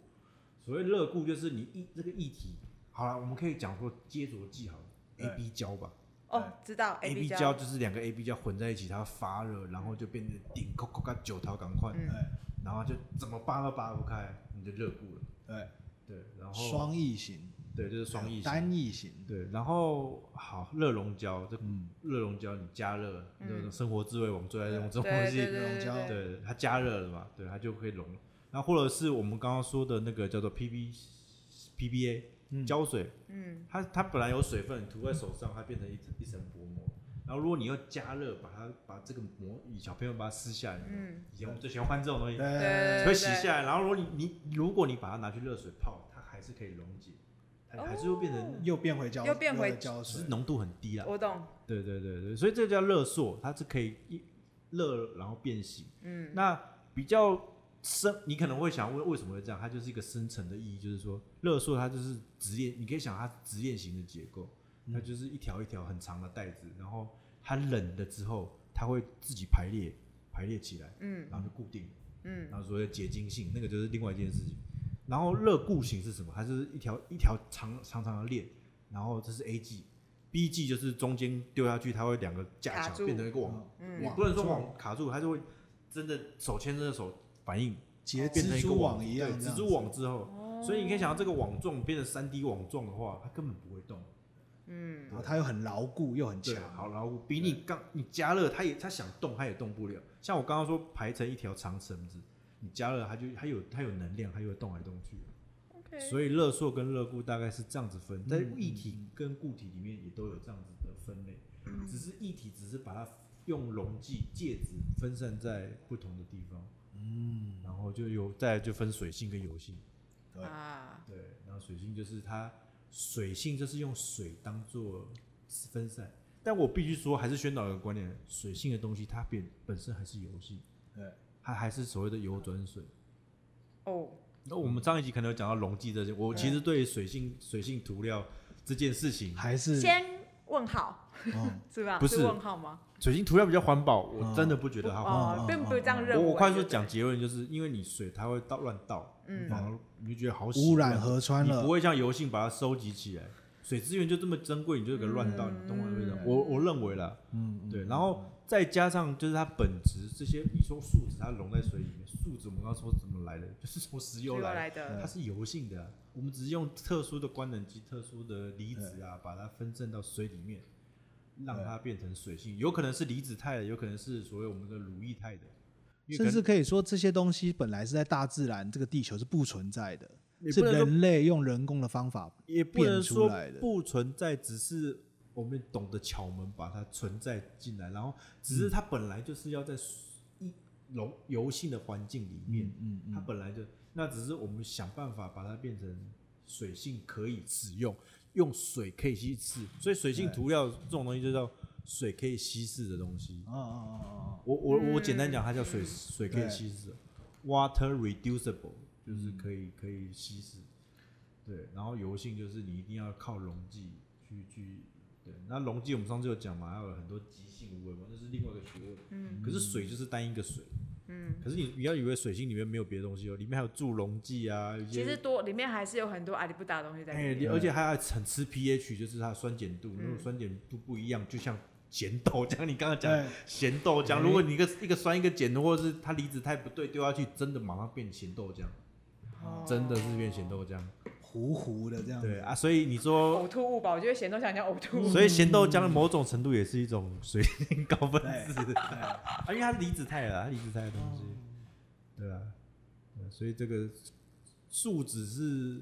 S3: 所谓热固就是你一这个液体，好了，我们可以讲说接着剂好了
S2: 对
S3: ，A B 胶吧
S1: 哦，知道
S3: 哎，A
S1: B
S3: 胶就是两个 A B 胶混在一起，它发热，然后就变成顶扣扣嘎九桃赶快，
S1: 嗯
S3: 然后就怎么拔都拔不开，你就热固了。
S2: 对，
S3: 对，然后
S2: 双翼型，
S3: 对就是双液型
S2: 单翼型，嗯
S3: 对，然后好热熔胶，这热熔胶你加热，那种生活智慧我们最爱用这种
S1: 对
S3: 东
S1: 对
S3: 西，
S1: 对对
S2: 这种胶
S1: 对
S3: 对，它加热了嘛，对，它就可以溶。那或者是我们刚刚说的那个叫做 PB PBA 胶水，
S1: 嗯，
S3: 它它本来有水分，涂在手上，它变成一层一层薄膜。然后如果你要加热，把它把这个膜，以小朋友把它撕下来，嗯，以前我们最喜欢换这种东西，
S1: 对
S2: 对，
S1: 对
S3: 会
S1: 对
S3: 洗
S1: 对，
S3: 下来。然后如果你你如果你把它拿去热水泡，它还是可以溶解，它还是会变
S1: 哦
S3: 成，
S2: 又变回胶，
S1: 又变回
S2: 胶
S3: 只
S2: 水嗯
S3: 是，浓度很低啦。
S1: 我懂，
S3: 对对对对，所以这叫热塑，它是可以一热然后变形。嗯，那比较深，你可能会想问为什么会这样？它就是一个深层的意义，就是说热塑它就是直链，你可以想它是直链型的结构，
S1: 嗯
S3: 它就是一条一条很长的带子，然后它冷了之后，它会自己排列排列起来，嗯，然后就固定，嗯，然后所谓的结晶性，那个就是另外一件事情。然后热固型是什么？它就是一条一条长长长的链，然后这是 A G。B G 就是中间丢下去，它会两个架
S1: 卡
S3: 桥
S1: 住
S3: 变成一个网，
S1: 嗯
S3: 你不能说网卡住，它就会真的手牵着手反应，
S2: 结
S3: 变成
S2: 蜘
S3: 一个
S2: 蛛网一样
S3: 对，
S2: 这
S3: 蜘
S2: 样子，
S3: 蛛网之后，所以你可以想到这个网状变成三 D 网状的话，它根本不会动。
S2: 然哦后它又很牢固又很
S3: 对，
S2: 强，
S3: 好，然后比你刚你加热，它也它想动，它也动不了。像我刚刚说排成一条长绳子，你加热它就它有它有能量，它就会动来动去。所以热塑跟热固大概是这样子分，在液体跟固体里面也都有这样子的分类，只是液体只是把它用溶剂介质分散在不同的地方，嗯，然后就有再来就分水性跟油性，
S1: 以啊，
S3: 对，然后水性就是它水性就是用水当做分散，但我必须说还是宣导一个观念，水性的东西它本本身还是油性，
S2: 对，
S3: 它还是所谓的油转水。
S1: 哦，
S3: 那我们上一集可能有讲到溶剂这些，我其实嗯对于水性水性涂料这件事情，
S2: 还是
S1: 先问号
S2: 嗯
S1: 是吧？
S3: 不是
S1: 问号吗？
S3: 水性涂料比较环保，我
S2: 嗯
S3: 真的不觉得它环保。
S1: 哦，并不是这样认
S3: 我
S1: 为。
S3: 我快速
S1: 对不对
S3: 讲，结论，就是因为你水它会倒乱倒，
S1: 嗯
S3: 反而你就觉得好洗
S2: 污染河川
S3: 你不
S2: 了，
S3: 会像油性把它收集起来。水资源就这么珍贵，你就给它乱倒，你懂我意思吗？我我认为啦，
S2: 嗯，嗯
S3: 对，然后再加上就是它本质这些，你说树脂它溶在水里面，树脂我们刚刚说怎么来的，就是从石油
S1: 由
S3: 来的。
S1: 来的
S3: 它是油性的啊、我们只是用特殊的官能基、特殊的离子啊，把它分散到水里面，让它变成水性，有可能是离子态的，有可能是所谓我们的乳液态的，因为可
S2: 甚
S3: 能
S2: 至可以说这些东西本来是在大自然这个地球是不存在的，
S3: 也
S2: 是
S3: 不能说
S2: 人类用人工的方法
S3: 也不能
S2: 变出
S3: 说
S2: 来的
S3: 不存在，只是我们懂得巧门把它存在进来，然后只是它本来就是要在一溶油性的环境里面，
S2: 嗯
S3: 它本来就那只是我们想办法把它变成水性可以使用，用水可以稀释，所以水性涂料这种东西就叫水可以稀释的东西。
S2: 哦哦哦
S3: 我我我简单讲，它叫水水可以
S2: 对嗯
S3: 稀释，water reducible 就是可以可以稀释，对，然后油性就是你一定要靠溶剂去去，对，那溶剂我们上次有讲嘛，还有很多极性无味嘛，那是另外一个学问，
S1: 嗯
S3: 可是水就是单一个水，
S1: 嗯，
S3: 可是你不要以为水性里面没有别的东西哦，里面还有助溶剂啊，有
S1: 其
S3: 些
S1: 实多里面还是有很多阿里不达的东西在
S3: 哎
S1: 里面。，
S3: 而且还要很吃 pH，就是它的酸碱
S1: 嗯
S3: 度，如果酸碱度不一样，就像咸豆浆，你刚刚讲
S2: 哎
S3: 咸豆浆，
S2: 哎
S3: 如果你一个一个酸一个碱，或者是它离子态不对，丢下去真的马上变咸豆浆，
S1: 哦嗯
S3: 真的是变咸豆浆。
S2: 哦，糊糊的这样
S3: 对
S2: 子，
S3: 啊，所以你说
S1: 呕，吐物吧，我觉得咸豆想讲呕吐物。
S3: 所以咸豆浆的某种程度也是一种水性高分子，
S2: 对
S3: 啊，因为它离子态了，它离子态的东西，对啊，对所以这个树脂是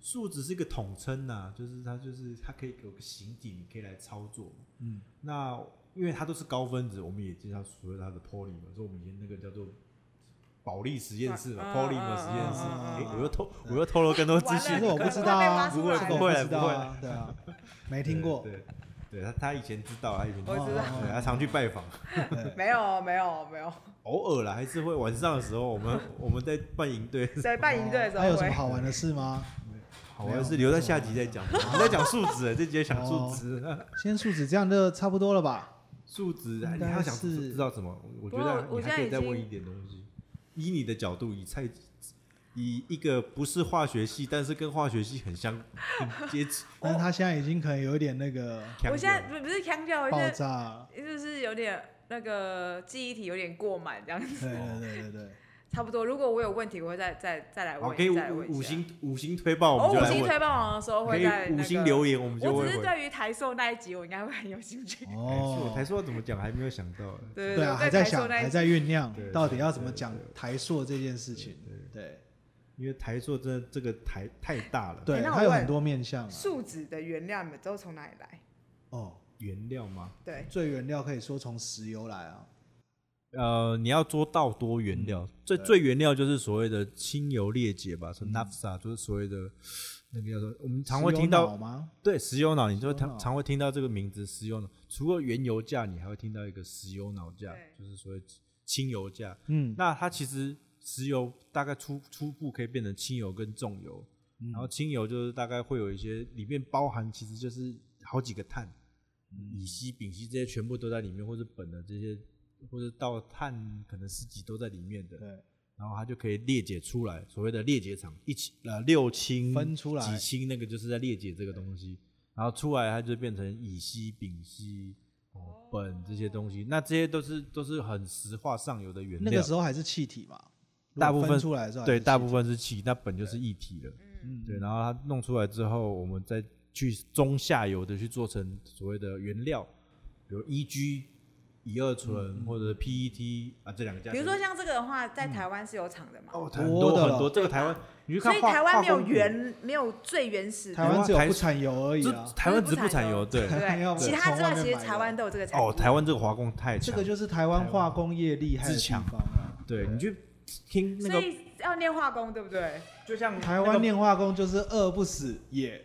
S3: 树脂是一个统称呐、就是它就是它可以有个形体，你可以来操作。
S2: 嗯，
S3: 那因为它都是高分子，我们也介绍所谓它的 polymer，说我们以前那个叫做保利实验室嘛、
S1: 啊
S3: p o l y m e r
S1: 啊
S3: 实验室。
S2: 啊啊
S3: 诶
S2: 啊
S3: 我又透我又透露更多资
S2: 其
S3: 讯
S1: 完
S2: 实
S1: 了
S2: 我不知道啊，
S1: 可能会被挖出来
S2: 这个我不知道啊，对啊，没听过，
S3: 对，对对他他以前知道，他以前
S1: 我知道
S3: 对他常去拜访。
S1: 没有没有没 有，
S3: 偶尔啦，还是会晚上的时候，我们我们在办营队，
S1: 在办营队的时
S3: 哦
S2: 还
S1: 候
S2: 有什
S1: 会
S2: 么。好玩的事吗？
S3: 好玩是留在下集再讲。我们在讲数值欸，这集在讲数值，
S2: 先数值这样就差不多了吧？
S3: 数值啊
S2: 应该
S3: 你还要想
S2: 是
S3: 知道什么？我觉
S1: 不过
S3: 得
S1: 我
S3: 你还可以
S1: 现在
S3: 再
S1: 已经
S3: 问一点东西。以你的角度，以蔡，以一个不是化学系，但是跟化学系很相很接近，
S2: 但是他现在已经可能有一点那个
S1: 我现在
S3: 强调
S1: 不不是腔调，我
S2: 爆
S1: 现
S2: 炸了，
S1: 在就是有点那个记忆体有点过满这样子，
S2: 对对对对对，
S1: 差不多。如果我有问题，我会再再再来
S3: 好，
S1: 问，
S3: 可以五
S1: 再问一下
S3: 五。星五星推爆，我
S1: 我
S3: 们就
S1: 五
S3: 来
S1: 星
S3: 问
S1: 推爆王的时候
S3: 可
S1: 会在
S3: 以五
S1: 那
S3: 星
S1: 个。
S3: 留言，我们就
S1: 我
S3: 会
S1: 只是
S3: 回。
S1: 对于台塑那一集，我应该会很有兴趣。
S3: 哎我台
S2: 哦，
S3: 说怎么讲还没有想到欸，
S1: 对
S2: 对啊，
S1: 我
S2: 还
S1: 对
S2: 在
S1: 台塑
S2: 想，
S1: 那
S2: 还
S1: 一集，
S2: 在酝酿
S3: 对对
S2: 到底要怎么
S3: 对
S2: 讲
S3: 对
S2: 台塑这件事情，对
S3: 因为台硕真的这个台太大了，
S2: 对，
S1: 哎那我
S2: 它有
S1: 问
S2: 很多面向啊。
S1: 树脂的原料你们都从哪里来？
S2: 哦，
S3: 原料吗？
S1: 对，
S2: 最原料可以说从石油来啊，
S3: 呃，你要做到多原料，最最原料就是所谓的清油裂解吧，是 naphtha，、就是所谓的那个叫做我们常会
S2: 石油
S3: 听到
S2: 脑吗？
S3: 对石油脑，你就
S2: 油脑
S3: 常常会听到这个名字石油脑。除了原油价，你还会听到一个石油脑价
S1: 对，
S3: 就是所谓清油价。
S2: 嗯，
S3: 那它其实石油大概初初步可以变成清油跟重油，
S2: 嗯
S3: 然后清油就是大概会有一些里面包含其实就是好几个碳，
S2: 嗯
S3: 乙烯、丙烯这些全部都在里面，或者苯的这些，或者到碳可能十几都在里面的，
S2: 对，
S3: 然后它就可以裂解出来，所谓的裂解厂一起呃六氢
S2: 分出来
S3: 几氢那个就是在裂解这个东西，然后出来它就变成乙烯、丙烯。哦苯这些东西，那这些都是都是很石化上游的原料。
S2: 那个时候还是气体嘛，如果
S3: 大部分
S2: 分出来的时候还是
S3: 对，
S2: 气
S3: 大
S2: 体
S3: 部分是气，那本就是液体了。
S2: 嗯
S3: 对，然后它弄出来之后，我们再去中下游的去做成所谓的原料，比如 EG E 乙二醇或者 PET 啊这两个加
S1: 嗯
S3: 起来，
S1: 比如说像这个的话，
S3: 嗯
S1: 在台湾是有厂的嘛，
S3: 哦，
S2: 多
S3: 很多
S2: 的
S3: 很
S2: 了
S3: 多，这 个台湾你去
S1: 所
S3: 看
S1: 以
S3: 化
S1: 台湾没有，
S3: 化
S1: 原没有最原始
S2: 台
S1: 的，
S2: 湾只有
S3: 台
S2: 不产油而
S3: 工
S2: 已
S3: 股
S2: 啊
S3: 这。台湾只不产油，对，
S2: 还要
S1: 对，其他之外其实台湾都有这个产
S3: 哦，
S1: 品。
S3: 台湾这个华工太
S2: 这
S3: 强
S2: 个
S3: 了，
S2: 就是台湾化工业厉害的地方啊。
S3: 对你去听那
S1: 所
S3: 个，
S1: 以要念化工，对不对？
S3: 就像
S2: 台
S3: 那个
S2: 湾炼化工就是饿不死也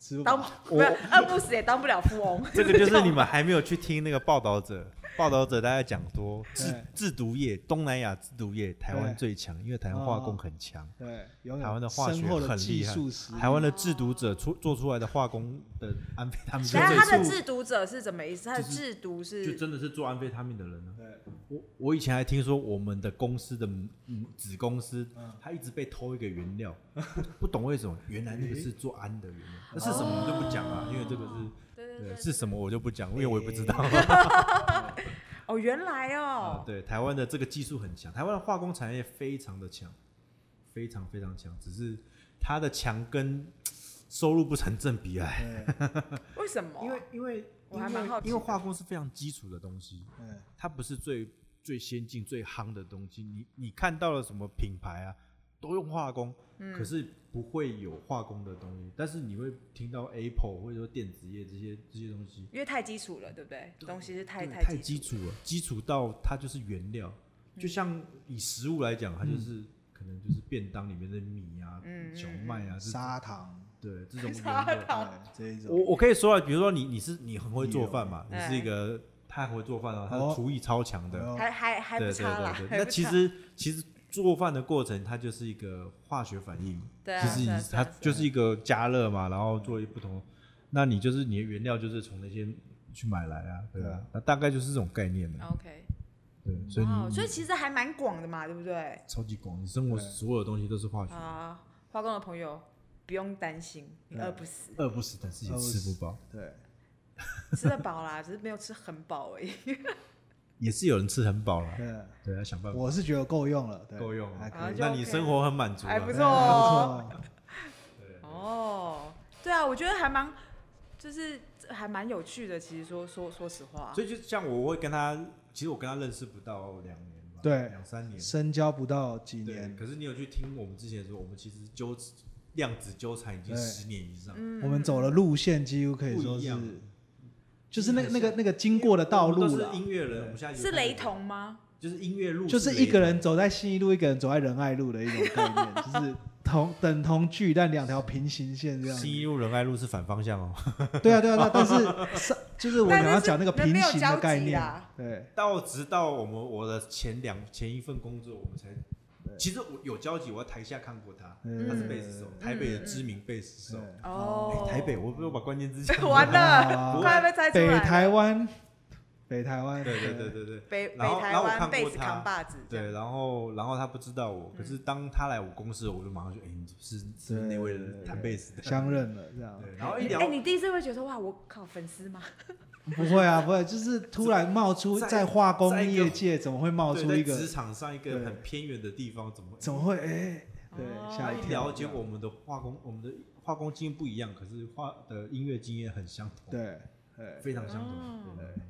S2: 吃不
S1: 当
S2: 饱，
S1: 不是饿不死也当不了富翁。
S3: 这个就是你们还没有去听那个报道 者，报道者大概讲多制
S2: 对
S3: 制毒业，东南亚制毒业台湾
S2: 对
S3: 最强，因为台湾化工很强，
S2: 对，拥有
S3: 台湾的化学
S2: 深厚的
S3: 很
S2: 技
S3: 厉害啊
S2: 术实力
S3: 台湾的制毒者出做出来的化工的安非他命
S1: 然后他的
S3: 最
S1: 制毒者是怎么意思？他的制毒
S3: 就就是真的是做安非他命的人呢、啊
S2: 对，
S3: 我我以前还听说我们的公司的母子公司
S2: 嗯，
S3: 它一直被偷一个原 料，不不懂为什么，原来那个是做氨的原料，那是什么我就不讲了，因为这个是
S1: 对对
S3: 对
S1: 对
S3: 是什么我就不讲，因为我也不知道。
S1: 哦，原来
S3: 啊
S1: 哦，，
S3: 对，台湾的这个技术很强，台湾的化工产业非常的强，非常非常强，只是它的强跟收入不成正比哎、
S1: 为什么？
S3: 因为因为
S1: 我还蛮
S3: 因为
S1: 好奇
S3: 因为
S1: 的
S3: 化工是非常基础的东西，
S2: 嗯，
S3: 它不是最最先进最夯的东西，你你看到了什么品牌啊，都用化工，
S1: 嗯
S3: 可是不会有化工的东西，但是你会听到 Apple 或者说电子业这些这些东西，
S1: 因为太基础了，对不对？东西是太
S3: 对
S1: 太
S3: 太基
S1: 基础。嗯
S3: 础了，基础到它就是原料，就像以食物来讲，它就是、可能就是便当里面的米啊、
S1: 嗯嗯
S3: 小麦啊，这
S2: 砂糖，
S3: 对这种
S1: 砂
S3: 原料。
S1: 糖
S2: 对这一
S3: 我
S2: 种，
S3: 我可以说啊，比如说你你是你很会做饭嘛，你
S1: 有
S3: 是一个太会做饭了，他的
S2: 哦
S3: 厨艺超强的，
S2: 哦
S1: 还还还
S3: 哎对
S1: 不
S3: 对
S1: 差啦
S3: 对，对。
S1: 还
S3: 那
S1: 不
S3: 其
S1: 差
S3: 实其实做饭的过程，它就是一个化学反应，
S1: 对啊
S3: 其
S1: 是
S3: 实
S1: 啊
S3: 你
S1: 是啊
S3: 它
S1: 是啊
S3: 就是一个加热嘛，然后做一不同，那你就是你的原料就是从那些去买来啊，对
S2: 对
S3: 啊
S2: 啊，
S3: 那大概就是这种概念的，
S1: 啊 OK，
S3: 对，所以
S1: 哦，
S3: 你
S1: 所以其实还蛮广的嘛，对不对？
S3: 超级广，你生活所有东西都是化学，
S1: 啊，化工的朋友不用担心，你
S3: 嗯
S2: 对
S1: 饿不死，
S3: 饿不死，但是也
S2: 饿不
S3: 吃
S2: 死
S3: 不饱，
S2: 对，
S1: 吃得饱啦，只是没有吃很饱 而已。
S3: 也是有人吃很饱了，
S2: 对，
S3: 对，要想办法
S2: 我是觉得够用了，对
S3: 够用了
S2: 还
S1: 啊
S2: 可以，
S1: 就
S3: 那你
S1: OK
S3: 生活很满足啊，
S1: 还不
S2: 对
S1: 错哦
S2: 还不错，
S1: 哦，对啊，我觉得还蛮，就是还蛮有趣的。其实说说说实话，
S3: 所以就像我会跟他，其实我跟他认识不到两年吧，
S2: 对
S3: 两三年，
S2: 深交不到几
S3: 对，
S2: 年，
S3: 可是你有去听我们之前说，我们其实纠量子纠缠已经
S2: 对
S3: 十年以上，
S1: 嗯
S2: 我们走的路线几乎可以说
S3: 不一
S2: 是
S3: 样，
S2: 就是那个
S3: 很
S2: 那
S3: 像
S2: 个那个经过的道
S3: 我
S2: 路
S3: 们都
S2: 了
S3: 是，音乐人，我们
S2: 对
S3: 现在有
S1: 是雷，同吗？
S3: 就是音乐路，
S2: 就是一个人走在信义路，一个人走在仁爱路的一种概 念，就是同等同距，但两条平行线这样子。
S3: 新一路仁爱路是反方向哦，
S2: 对啊，对啊，对啊，但是上就是我
S1: 但
S2: 想要
S1: 就是
S2: 讲那个
S1: 没
S2: 平
S1: 有
S2: 行
S1: 交
S2: 的概
S1: 集
S2: 念
S1: 啦，
S2: 对
S3: 到直到我们我的前两前一份工作，我们才
S2: 对。
S3: 其实我有交集，我在台下看过他，
S2: 嗯
S3: 他是贝斯手，台北的知名贝斯手。
S2: 对
S1: 哦
S3: 哎，台北，我我把关键字讲了
S1: 完了，
S2: 啊
S1: 快被猜出
S2: 北
S1: 来了。
S2: 台湾，北台湾，
S3: 对对对对对，
S1: 北北
S3: 然后
S1: 台
S3: 然后我
S1: 湾
S3: 看
S1: 贝
S3: 过
S1: 斯
S3: 他
S1: 扛把子，
S2: 嗯
S3: 对，，然后然后他不知道我，可是当他来我公司，我就马上就哎，你是是那位人弹贝斯的，
S2: 相认了这样，
S3: 对，然后一聊
S1: 哎，，你第一次会觉得哇，我靠，粉丝吗？
S2: 不会啊，不会，就是突然冒出
S3: 在
S2: 在化工
S3: 在一个
S2: 业界怎么会冒
S3: 对
S2: 出
S3: 在
S2: 一个
S3: 职，场上一个
S2: 对
S3: 很偏远的地方，怎么
S2: 怎么会哎，
S1: 哦
S2: 对，
S3: 他
S2: 吓
S3: 一
S2: 跳
S3: 聊，结果我们的化工，我们的化工经验不一样，可是化的音乐经验很相同，，
S2: 对对
S3: 非常相
S1: 哦
S3: 同。对，对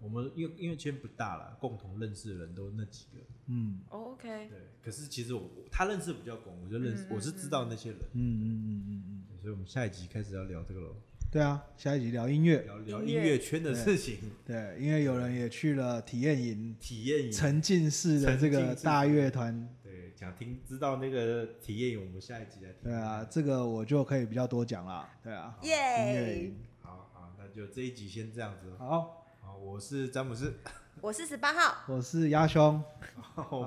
S3: 我们因为音乐圈不大了，共同认识的人都那几个，
S2: 嗯
S1: 哦，OK，
S3: 对。可是其实我我他认识比较广，我就认识
S1: 嗯，嗯
S3: 我是知道那些人，
S2: 嗯嗯嗯嗯嗯，
S3: 所以我们下一集开始要聊这个了，
S2: 对啊，下一集聊音乐，
S3: 聊聊音
S1: 音乐
S3: 乐圈的事情，
S2: 对，因为有人也去了体验营，
S3: 体验营。
S2: 沉浸式的这
S3: 沉浸
S2: 个
S3: 式
S2: 大乐团
S3: 对，想听知道那个体验营，我们下一集来听。
S2: 对啊，这个我就可以比较多讲啦。对啊，音乐
S1: 耶
S2: 营！
S3: 好好，那就这一集先这样子。
S2: 好，
S3: 好，我是詹姆斯，
S1: 我是十八号，
S2: 我是鸭兄，
S3: 我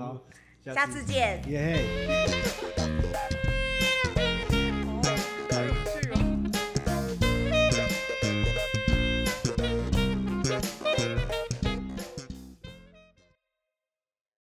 S3: 们
S1: 下次见。
S2: 耶嘿。